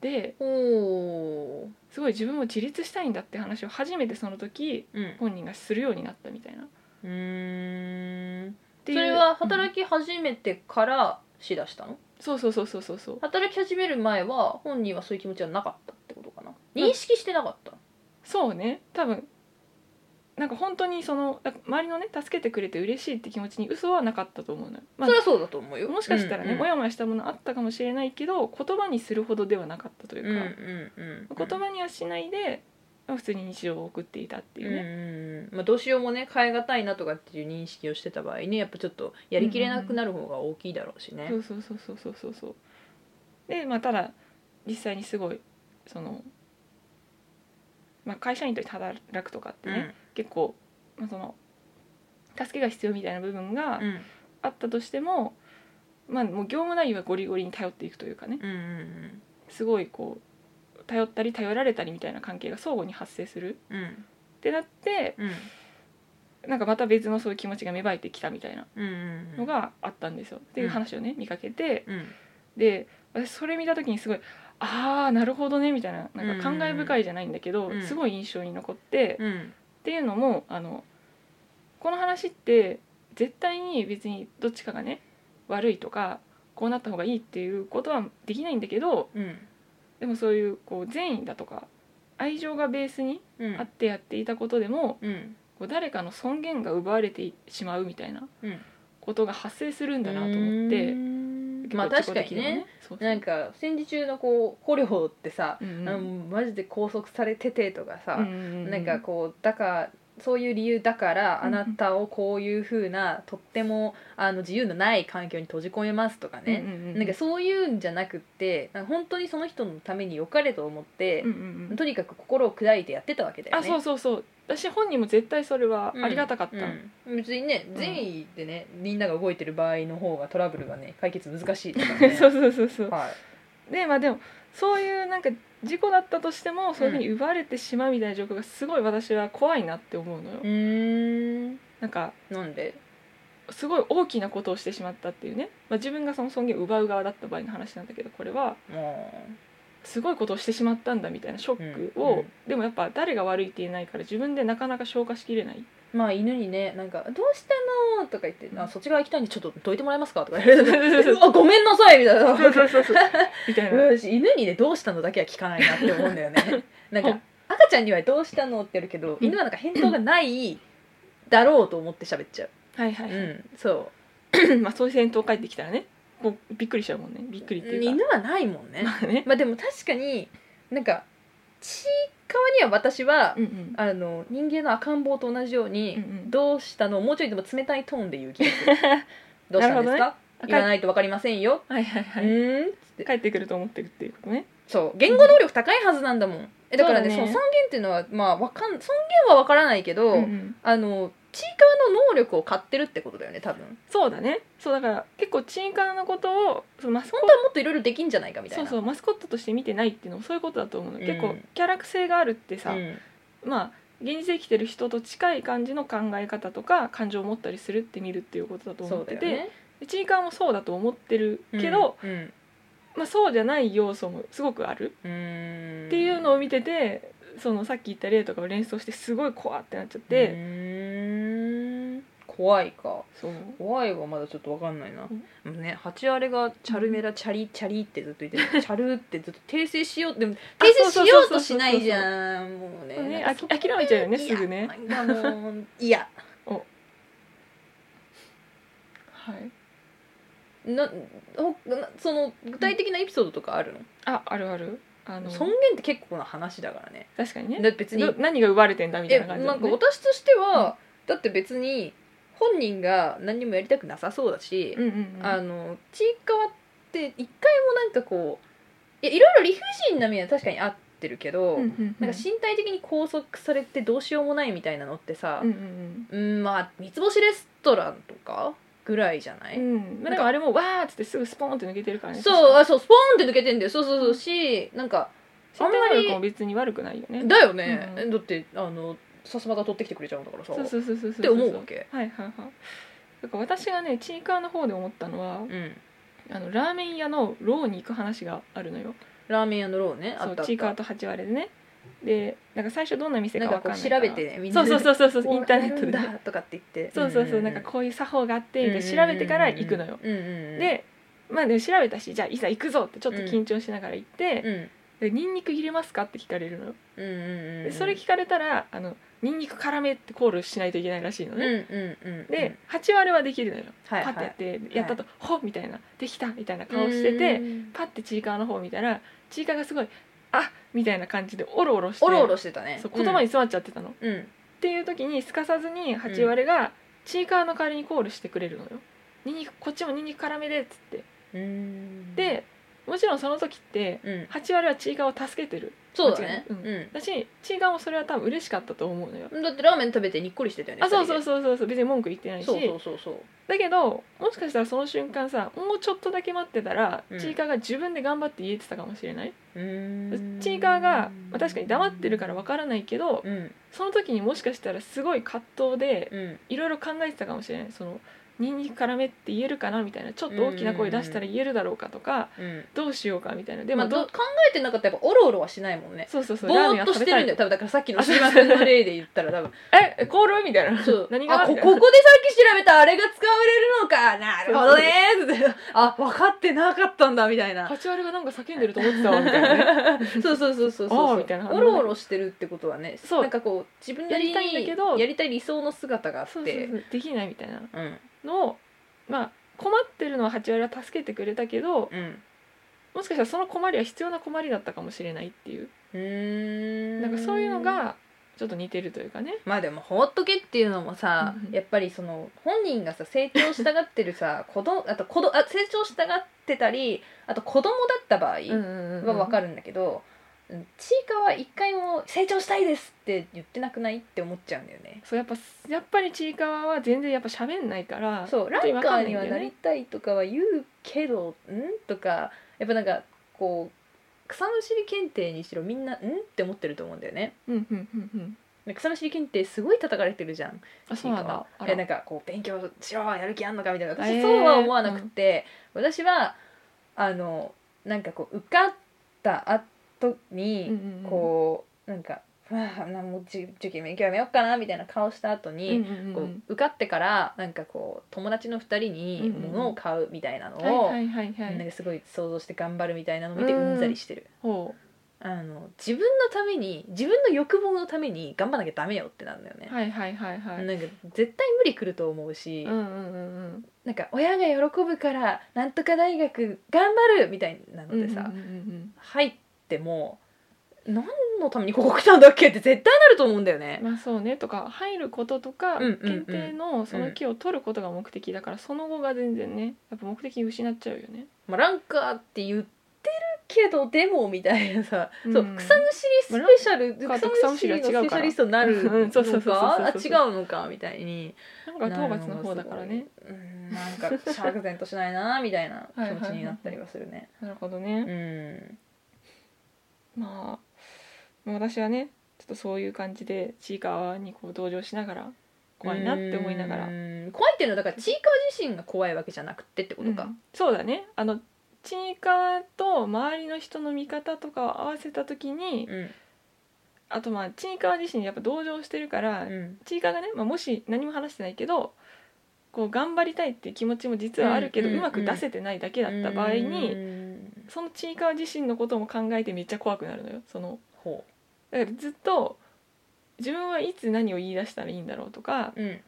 で
おお
すごい自分も自立したいんだって話を初めてその時
うん
本人がするようになったみたいな。っ
うーん
て
そ
いう
れは
うん
働き始めてからしだしたの
そうそうそうそうそうそう
働き始める前は本人はそういう気持ちはなかったってことかな認識してなかった
そうね多分なんか本当にそのだ周りのね助けてくれて嬉しいって気持ちに嘘はなかったと思うのよ、ま
それはそうだと思うよ
あ、もしかしたら
うん
ね、
うん
もやもやしたものあったかもしれないけど言葉にするほどではなかったという
うん
か、
うんうんうん
言葉にはしないでまあ普通に日常を送っていたっていうね、
うんうんまあ、どうしようもね変え難いなとかっていう認識をしてた場合ねやっぱちょっとやりきれなくなる方が大きいだろうしね。
そうそうそうそうそうそうそうでまあただ実際にすごいその、まあ、会社員として働くとかって
うん
ね、結構、まあ、その助けが必要みたいな部分が
うん
あったとしても、まあもう業務内容はゴリゴリに頼っていくというかね
うんうん
すごいこう頼ったり頼られたりみたいな関係が相互に発生する
うんうん
ってなって
うん
なんかまた別のそういう気持ちが芽生えてきたみたいな
うんうん
のがあったんですよっていう話をね見かけて
うん
で私それ見た時にすごいああなるほどねみたいななんか
う
感
ん
慨深いじゃないんだけど、
うん
すごい印象に残って、っ
うん
ていうのもあのこの話って絶対に別にどっちかがね悪いとかこうなった方がいいっていうことはできないんだけど
うん
でもそういうこう善意だとか愛情がベースに
うん
あってやっていたことでも、
うん
こう誰かの尊厳が奪われてしまうみたいな
うん
ことが発生するんだなと思って。
て
結構
まあ
自
確
己
か
的
に
な
ね。
そうそう
なんか戦時中のこう捕虜ってさ、
うんうん
あのマジで拘束されててとかさ、
うんうんうん
なんかこうだからそういう理由だからあなたをこういうふうなとってもあの自由のない環境に閉じ込めますとか
う
ね、
んうんうん
なんかそういうんじゃなくってなんか本当にその人のために良かれと思って
うん、うんうん
とにかく心を砕いてやってたわけだよ
あ
ね。
そうそうそう私本人も絶対それはありがたかった、
うん別にね善意でね、みんなが動いてる場合の方がトラブルがね解決難しいとかね
(laughs) (laughs) そうそうそうそう
はい
でまあでもそういうなんか事故だったとしてもそういうふうに奪われてしまうみたいな状況がすごい私は怖いなって思うのよ、
うーん
なんか
なんです
ごい大きなことをしてしまったっていうね、まあ、自分がその尊厳を奪う側だった場合の話なんだけどこれは
も
すごいことをしてしまったんだみたいなショック
う
を、
んうん
でもやっぱ誰が悪いって言えないから自分でなかなか消化しきれない、
うまあ犬にねなんか「どうしたの?」とか言って「あそっち側行きたいんでちょっとどいてもらえますか?」とか言われ
(laughs)
て「あごめんなさい」みたいな
そうそうそうそう (laughs) みたいな
私犬にね「どうしたの?」だけは聞かないなって思うんだよ
(laughs)
ねなん
う
か
ん
赤ちゃんには「どうしたの?」ってやるけど
うん
犬はなんか返答がないだろうと思って喋っちゃう
はいは
う
いはい、
んそ
まあそういう戦闘帰ってきたらねこうびっくりしちゃうもんねびっく
う
りっていうか
犬はないもんね
(laughs) まあね
(laughs) まあでも確かになんかちいかわには私は、
うんうん
あの人間の赤ん坊と同じように「
うんうん
どうしたの?」もうちょいでも冷たいトーンで言う気が
(laughs)
するどうしたんです
な
か、いらないと分かりませんよ、
はいはいは
う
い、
ーん
帰ってくると思ってるっていうことね
そう言語能力高いはずなんだもんえだからね
そう
そ
だ
う
ね
尊厳っていうのはまあわかん尊厳は分からないけど、
うんうん
あのちいかわの能力を買ってるってことだよね多分
そうだねそうだから結構チンカーのことをそのマスコ
本
ッ
当はもっといろいろできんじゃないかみ
ト
たいな
そうそうマスコットとして見てないっていうのもそういうことだと思うの、
うん
結構キャラク性があるってさ、
うん
まあ現実で生きてる人と近い感じの考え方とか感情を持ったりするって見るっていうことだと
そ
思っ
うだ
て
よ
て、
ね
でチンカーもそうだと思ってるけど、、
うんうん
まあ、そうじゃない要素もすごくある
うーん
っていうのを見ててそのさっき言った例とかを連想してすごい怖ってなっちゃっ
で
て、
怖いか
そう
怖いはまだちょっと分かんないな
うん、
でもねハチワレがチャルメラチャリチャリってずっと言って
(laughs)
るチャルってずっと訂正しようでも
あ
訂正
そうそうそう
しようとしないじゃんもうね
そうね
なんかそこ
あき諦めちゃうよねすぐね
いやなんかもういや
はい
なほなその具体的なエピソードとかあるの、
ああるあるあの
尊厳って結構な話だからね
確かにね
だって別に
ど何が奪われてんだみたい
え
な感じ
な
だ
ん
も
か
ね
私としては、だって別に本人が何にもやりたくなさそうだし、
うんうんうん
あのちいかわって一回もなんかこういやいろいろ理不尽な面は確かに合ってるけど、
うんうんうん
なんか身体的に拘束されてどうしようもないみたいなのってさ
う、んうん
うん、まあ三つ星レストランとかぐらいじゃない、
うんうんまあ、でもあれもわーっつってすぐスポーンって抜けてるからね
そう
あ
あそうスポーンって抜けてんだよそうそうそうしなんか
身体
あんま
能
り
力も別に悪くないよね
だよね、
うん
だってあのさすまた取ってきてくれちゃうんだからさ
そうそうそうそうそう
って思うわけ
はいはいはいだから私がねチーカーの方で思ったのは
うん
あのラーメン屋のローに行く話があるのよ
ラーメン屋のローねあ
そ
っ
う
たあっ
チーカー
た
と8割でねでなんか最初どんな店か
なん
分
か
かんな
こ
いうか
調
ら
べてねみん
そ
な
うそうそうそうそう
こ
インターネットで
あるん
ね
だとかって言って
そうそうそうなんかこういう作法があってみたいな調べてから行くのよ
うんうんうんうん、
でまあでも調べたしじゃあいざ行くぞってちょっと緊張しながら行って
うん
「でニンニク入れますか?」って聞かれるのよ
うんうんうん
でそれ聞かれたら「あのニンニク辛め」ってコールしないといけないらしいの
うんうん
ね、
うん
で8割はできるのよ、
はい
パッてやって、やったと「ほっ!」みたいな「できた!」みたいな
はい
顔してて、
うん
パッてちいかわの方を見たらちいかわがすごい「あみたいな感じでオロオロして
おろおろしてたね
そう言葉
に
に詰まっちゃってたの、っ
うん
ていう時にすかさずに8割がちいかわの代わりにコールしてくれるのよ「ニンニクこっちもニンニク辛めで」っつって
うん
でもちろんその時って
うん
8割はちいかわを助けてる
そうだね
間
う
違いだしちいかわもそれは多分嬉しかったと思うのよ
んだってラーメン食べてにっこりしてたよね
あそうそう
そ
そうそうそう別に文句言ってないし
そうそうそうそう
だけどもしかしたらその瞬間さもうちょっとだけ待ってたら、
うん
ちいかわが自分で頑張って言えてたかもしれない、
うん
ちいかわが、まあ、確かに黙ってるからわからないけど、
うん
その時にもしかしたらすごい葛藤で
うん
いろいろ考えてたかもしれないそのニンニク辛めって言えるかなみたいなちょっと大きな声出したら言えるだろうかとか
うん
どうしようかみたいなで
まあ、
もど
ど考えてなかったらやっぱオロオロはしないもんね
そうそうそう
ぼーっとしてるんだよ多分だからさっきのシマ君の例で言ったら多分
えコールみたいな
そう
何が
あこここで
み
さ
たいな
っき調べたあれが使われるのかなるほどねーってあ分かってなかったんだみたいな
カチュアルがなんか叫んでると思ってたわみたいなね
そうそうそうそう
あ
そ
ー
う
みたいな
おろおろしてるってことはね
そう
なんかこう自分なりに
やりたいんだけど
やりたい理想の姿があって
(laughs) そうそうそうできないみたいな
うん
のをまあ困ってるのは八割は助けてくれたけど
うん
もしかしたらその困りは必要な困りだったかもしれないっていう
うーん
なんかそういうのがちょっと似てるというかね
まあでも放っとけっていうのもさ、
うんうん
やっぱりその本人がさ成長したがってるさ子供あと子供あ成長したがってたりあと子供だった場合は分か
る
るんだけど、うんちいかは一回も「成長したいです」って言ってなくないって思っちゃうんだよね。
そうやっぱやっぱりちいかわは全然やっぱ喋んないから
そうラ
ちょ
ン
っと
カ
わか
ー
ん
に
いんだ
は
よね
なりたいとかは言うけど「ん?」とかやっぱなんかこう草むしり検定にしろみんな「ん?」って思ってると思うんだよね。
うんうんうんうん
で草むしり検定すごい叩かれてるじゃん。
あそうなんだあら
えなんかこう勉強しろやる気あんのかみたいな
え
私
ー
そうは思わなくて、私はあのなんかこう受かった後
うん
に、
うんうん
こうなんか「まあなんもうじ受験勉強やめようかな」みたいな顔した後に、
うんうんうん
こう受かってからなんかこう友達の2人に物を買うみたいなのを、
はいはいはいは
なん
い
かすごい想像して頑張るみたいなのを見て
うん
うんざりしてる、
ほ
あの自分のために自分の欲望のために頑張らなきゃダメよってなんだよね
う、はいはいはいはい
なんか絶対無理くると思うし、
うんうんうん
なんか親が喜ぶからなんとか大学頑張るみたいな
う
ので
ん
さ、
うんうんうん
入っても何のためにここ来たんだっけって絶対なると思うんだよね
うん、まあそうねとか入ることとか
うんうんうん
検定のその木を取ることが目的だからその後が全然ねやっぱ目的失っちゃうよね
まあ、ランカーって言ってるけどでもみたいなさ、
うん
そう草むしりスペシャル、
まあランカーと
草むしりのスペシャリストになる
(laughs) うんそうそう
の
そうそう
かあ
そう
違うのかみたいに
なんか討伐の方だからね
うんなんか釈然としないなみたいな気持ちになったりはするね
なるほど
う
ね
ん
まあもう私はねちょっとそういう感じでちいかわにこう同情しながら怖いなって思いなが
う
ら
ん怖いっていうのはだからちいかわ自身が怖いわけじゃなくてってことか、
うんそうだねあのちいかわと周りの人の見方とかを合わせた時に、
うん
あとまあちいかわ自身にやっぱ同情してるから、
うん
ちいかわがね、まあ、もし何も話してないけどこう頑張りたいっていう気持ちも実はあるけど、
う
うん
うんうん
まく出せてないだけだった場合に、
うん
そのちいかわ自身のことも考えてめっちゃ怖くなるのよその
ほ
だからずっと自分はいつ何を言い出したらいいんだろうとか
ううん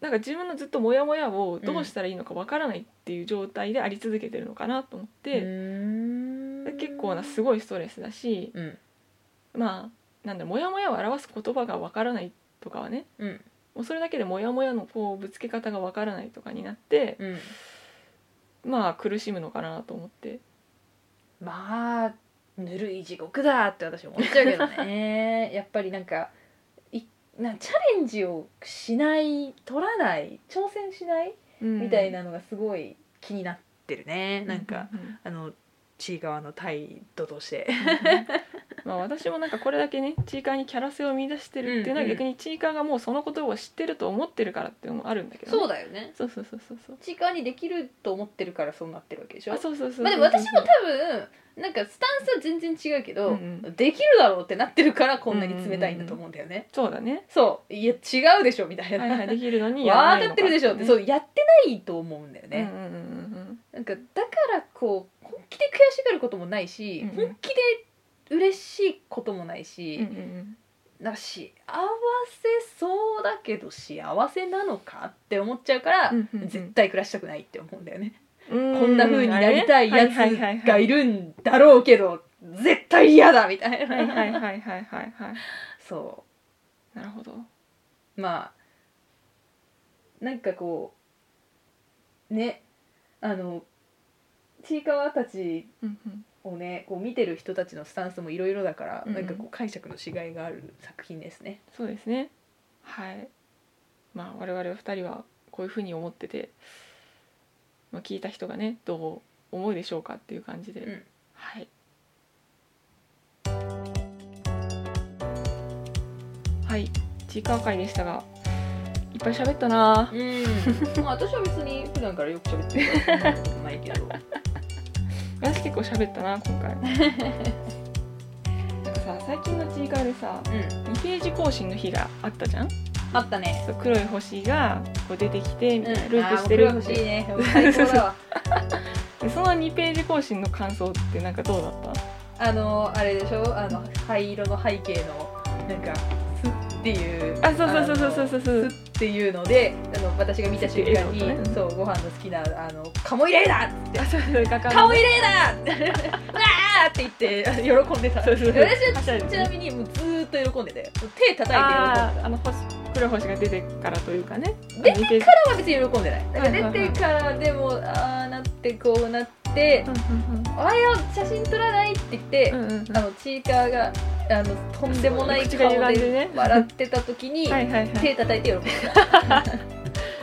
なんか自分のずっとモヤモヤをどうしたらいいのかわからないっていう状態であり続けてるのかなと思って。
うん
結構なすごいストレスだし
うん
まあなんだろうモヤモヤを表す言葉がわからないとかはね
うん
もうそれだけでモヤモヤのこうぶつけ方がわからないとかになって
うん
まあ苦しむのかなと思って
まあぬるい地獄だって私思っちゃうけどね (laughs) やっぱりなんかいなチャレンジをしない取らない挑戦しない、み
み
たいなのがすごい気になってるねなんか、
うんうんうん
あのちいかわの態度として
まあ私もなんかこれだけねチーカーにキャラ性を見出してるっていうの
う
は
んうん
逆にチーカーがもうそのことを知ってると思ってるからっていうのもあるんだけどね、
だよね
そうそうそうそうそう
ちいかわにできると思ってるからそうなってるわけでしょ
あそうそうそうそう
まあ、でも私も多分なんかスタンスは全然違うけど、
うんうん
できるだろうってなってるからこんなに冷たいんだと思うんだよね、
そうだね
そういや違うでしょみたいな、
はいはいできるのにやら
わ
な
ー (laughs) 当た
いの
ってるでしょって、
か
そ
ね
うやってないと思うんだよ
うんうん
ね、
うんうん
なんかだからこう本気で悔しがることもないし、
うんうん
本気で嬉しいこともないし、
うんうんうん
なんか幸せそうだけど幸せなのかって思っちゃうから、
うんうんうん
絶対暮らしたくないって思うんだよね、
こ
こんな風になりたいやつ
はいはい
が
はいい
るんだろうけど絶対嫌だみたいな、
はいはいはいはいはいはい
(laughs) そ
なるほど
うまあなんかこうねあのちいかわたち
うんうん
をねこう見てる人たちのスタンスもいろいろだから、
うんう
なん
ん
かこう解釈のしがいがある作品ですね。
そうですねはいまあ我々二人はこういうふうに思ってて、まあ、聞いた人がねどう思うでしょうかっていう感じで、
うん
はいはいちいかわ会でしたがっぱい喋ったな
うんまあ私は別に普段からよく喋ってるからそんなことないけど
私結構喋ったな今回
(laughs)
なんかさ最近のチーカーでさ
うん
2ページ更新の日があったじゃん
あったね
そう黒い星がこう出てきてみたいな、
うん
ループしてる
あーもう
っ
これは欲しい
て
ね最高だ (laughs) わ
でその2ページ更新の感想ってなんかどうだった
あのあれでしょあの灰色の背景のなんか「す」っていう
あそうそうそうそうそうそうそう
すっていうのであの私が見た瞬間に、
うん
そうご飯の好きなあの「カモイレーダー!」って
あそうそう画
「
家
カ
の
モイレーダー! 」わーって言ってあの喜んでた
そうそうそう
私
はしゃいで
は
ね
ちなみにもうずーっと喜んでたよ手叩いて喜んでた
あーあの星黒い星が出てからというかね
出
てページ
は別に喜んでないだから出てからでもああなってこうなって「おはよう写真撮らない」って言って、
うんうんうん
あのチーカーがあのとんでもない
口
顔
が歪んで
で
ね
笑ってた時に、
はいはいはい
手叩いて喜んで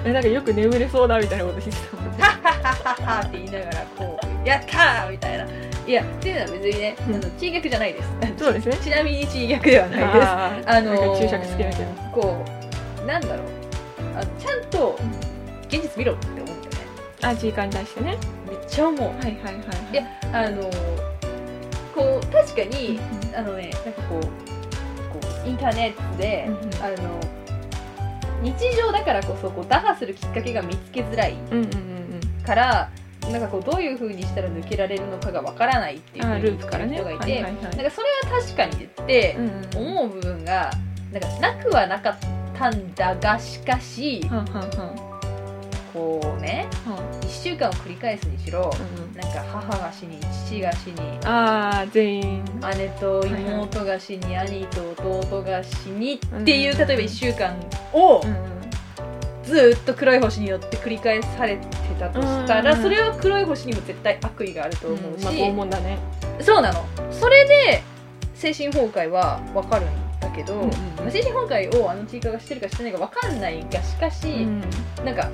えなんかよく眠れそうだみたいなこと言ってたもん
「
ね
ハハハハ」って言いながらこう「やったー!」みたいな。いやっていうのは別にね、
うん
あのチー逆じゃないです。 (laughs)
そうですね
ちなみにチー逆ではないです。
あー
あのー
なんか注釈つけなきゃ
こうなんだろうあちゃんと現実見ろって思ったよね。
あチーカーに対してね
めっちゃ思う。
はいはいはいはい
いやあのこう確かにあのねなんかこうこうインターネットで、
うんうん
あの日常だからこそこう打破するきっかけが見つけづらい
うんうんうん
からなんかこうどういうふうにしたら抜けられるのかがわからないって
う
い
ん
う
あ
ふう
ー
に
ループからね
人がいて、
はいはいはい
なんかそれは確かにって
うんうん
思う部分がなんかなくはなかったんだがしかし
はんはんはん
こうね
は
1週間を繰り返すにしろ
んうん
なんか母が死に父が死に
ああ全員
姉と妹が死に兄と弟が死にっていう例えば1週間を
うんうん
ずーっと黒い星によって繰り返されてたとした
うんうん
ら
うん
それは黒い星にも絶対悪意があると思う
まあ拷
し
問だね
そうなのそれで精神崩壊はわかるんだけど
うんうん
まあ精神崩壊をあのチーカーがしてるかしてないかわかんないがしかし
うん
なんか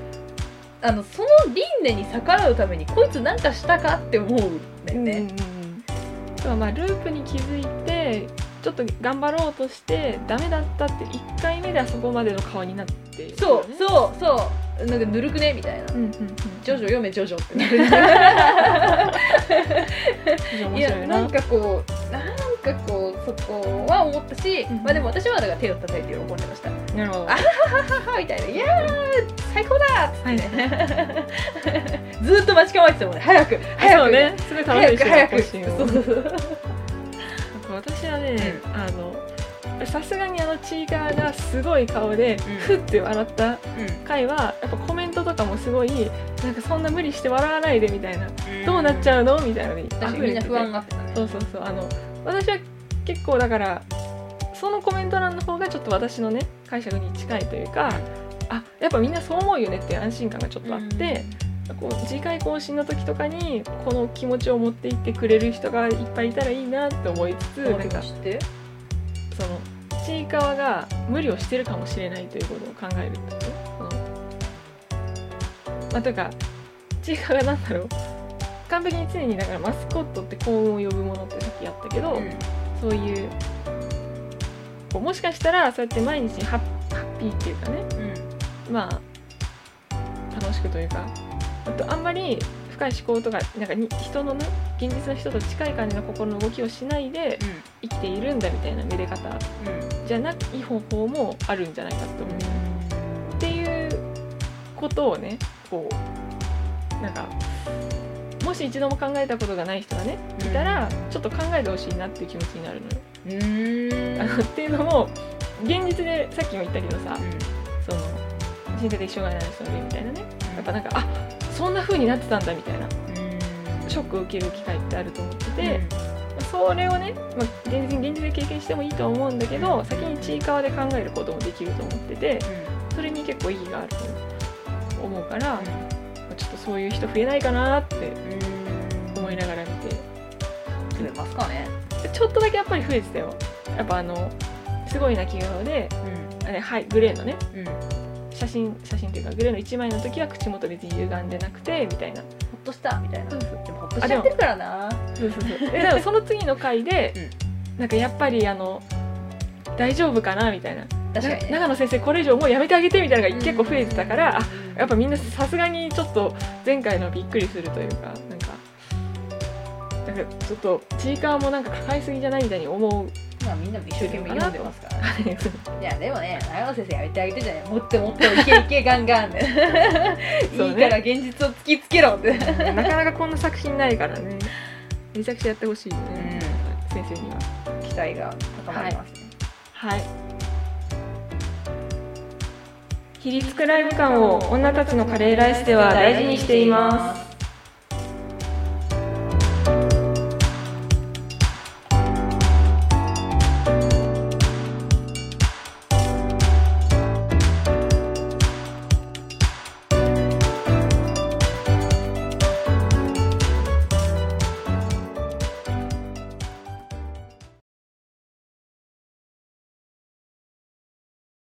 あのその輪廻に逆らうためにこいつなんかしたかって思うんだよ
うん
ね。
うんうんだからまあループに気づいてちょっと頑張ろうとしてダメだったって1回目であそこまでの顔になっている
そう
よね
そうそうなんかぬるくねみたいな
うんうんうん
ジョジョ読めジョジョってなるい
面白
や
い
な
なん
かこうなんかこうそこは思ったし、
うん
まあでも私はだから手を叩いて喜んでました「は
なるほど
あは」みたいな「いやー最高だ!」っつって、ねずーっと待ち構えてたもんね早く早
そ
く
うねすごい楽し
早く
みにして
早
た
く
更新
そ
を
うそうそう
なんか私はねあのさすがにあのチーカーがすごい顔で、
ん
ふって笑った回はやっぱコメントとかもすごいなんかそんな無理して笑わないでみたいな、どうなっち
う
ゃうのみたいなのに
確かにみ
溢
ん
れ
な
てて
不安があってたね
そうそうそうあの私は結構だからそのコメント欄の方がちょっと私のね解釈に近いというか、あやっぱみんなそう思うよねっていう安心感がちょっとあって、こう次回更新の時とかにこの気持ちを持っていってくれる人がいっぱいいたらいいなって思いつつ
うん
なんか
知って
そのちいかわが無理をしてるかもしれないということを考えるってことそのまあというかちいかわがなんだろう完璧に常にだからマスコットって幸運を呼ぶものってさっきやったけど、そういうこうもしかしたらそうやって毎日ハッハッピーっていうかねまあ楽しくというかあとあんまり深い思考とかなんかに人のね現実の人と近い感じの心の動きをしないで生きているんだみたいなめで方じゃない方法もあるんじゃないかと思う。っていうことをねこうなんかもし一度も考えたことがない人がねいたらちょっと考えてほしいなっていう気持ちになるのよ。
うんうん
あのっていうのも現実でさっきも言ったけどさその人生で一生涯なる人のみたいなねやっぱなんかあそんな風になってたんだみたいなショックを受ける機会ってあると思ってて。それをね、まあ、現実に現実で経験してもいいと思うんだけど先にちいかわで考えることもできると思っててそれに結構意義があると思うから、まあちょっとそういう人増えないかなって思いながら見て
くれますかね
ちょっとだけやっぱり増えてたよやっぱあのすごい泣き顔であれ、はい、グレーのね
うんほっ
写真写真というかグレーの1枚の時は口元別に歪んでなくてみたいな
としたみたいな
そう
でもほっとしちゃってるからな
そうそうそうででもその次の回で、なんかやっぱりあの大丈夫かなみたいな
確かにね
長野先生これ以上もうやめてあげてみたいなのが結構増えてたから、あ
うん
やっぱみんなさすがにちょっと前回のびっくりするというかなんかなんかちょっとちいかわもなんか抱えすぎじゃないみたいに思う
まあみんなも一生懸命読んでますからねいやでもね長野先生やめてあげてんじゃないもっともっといけいけガンガンっていい
(laughs) そうね
から現実を突きつけろって
(laughs) なかなかこんな作品ないからねめちゃくちゃやってほしいよね、先生には
期待が高まりますね、
はい比率クライム感を女たちのカレーライスでは大事にしています
す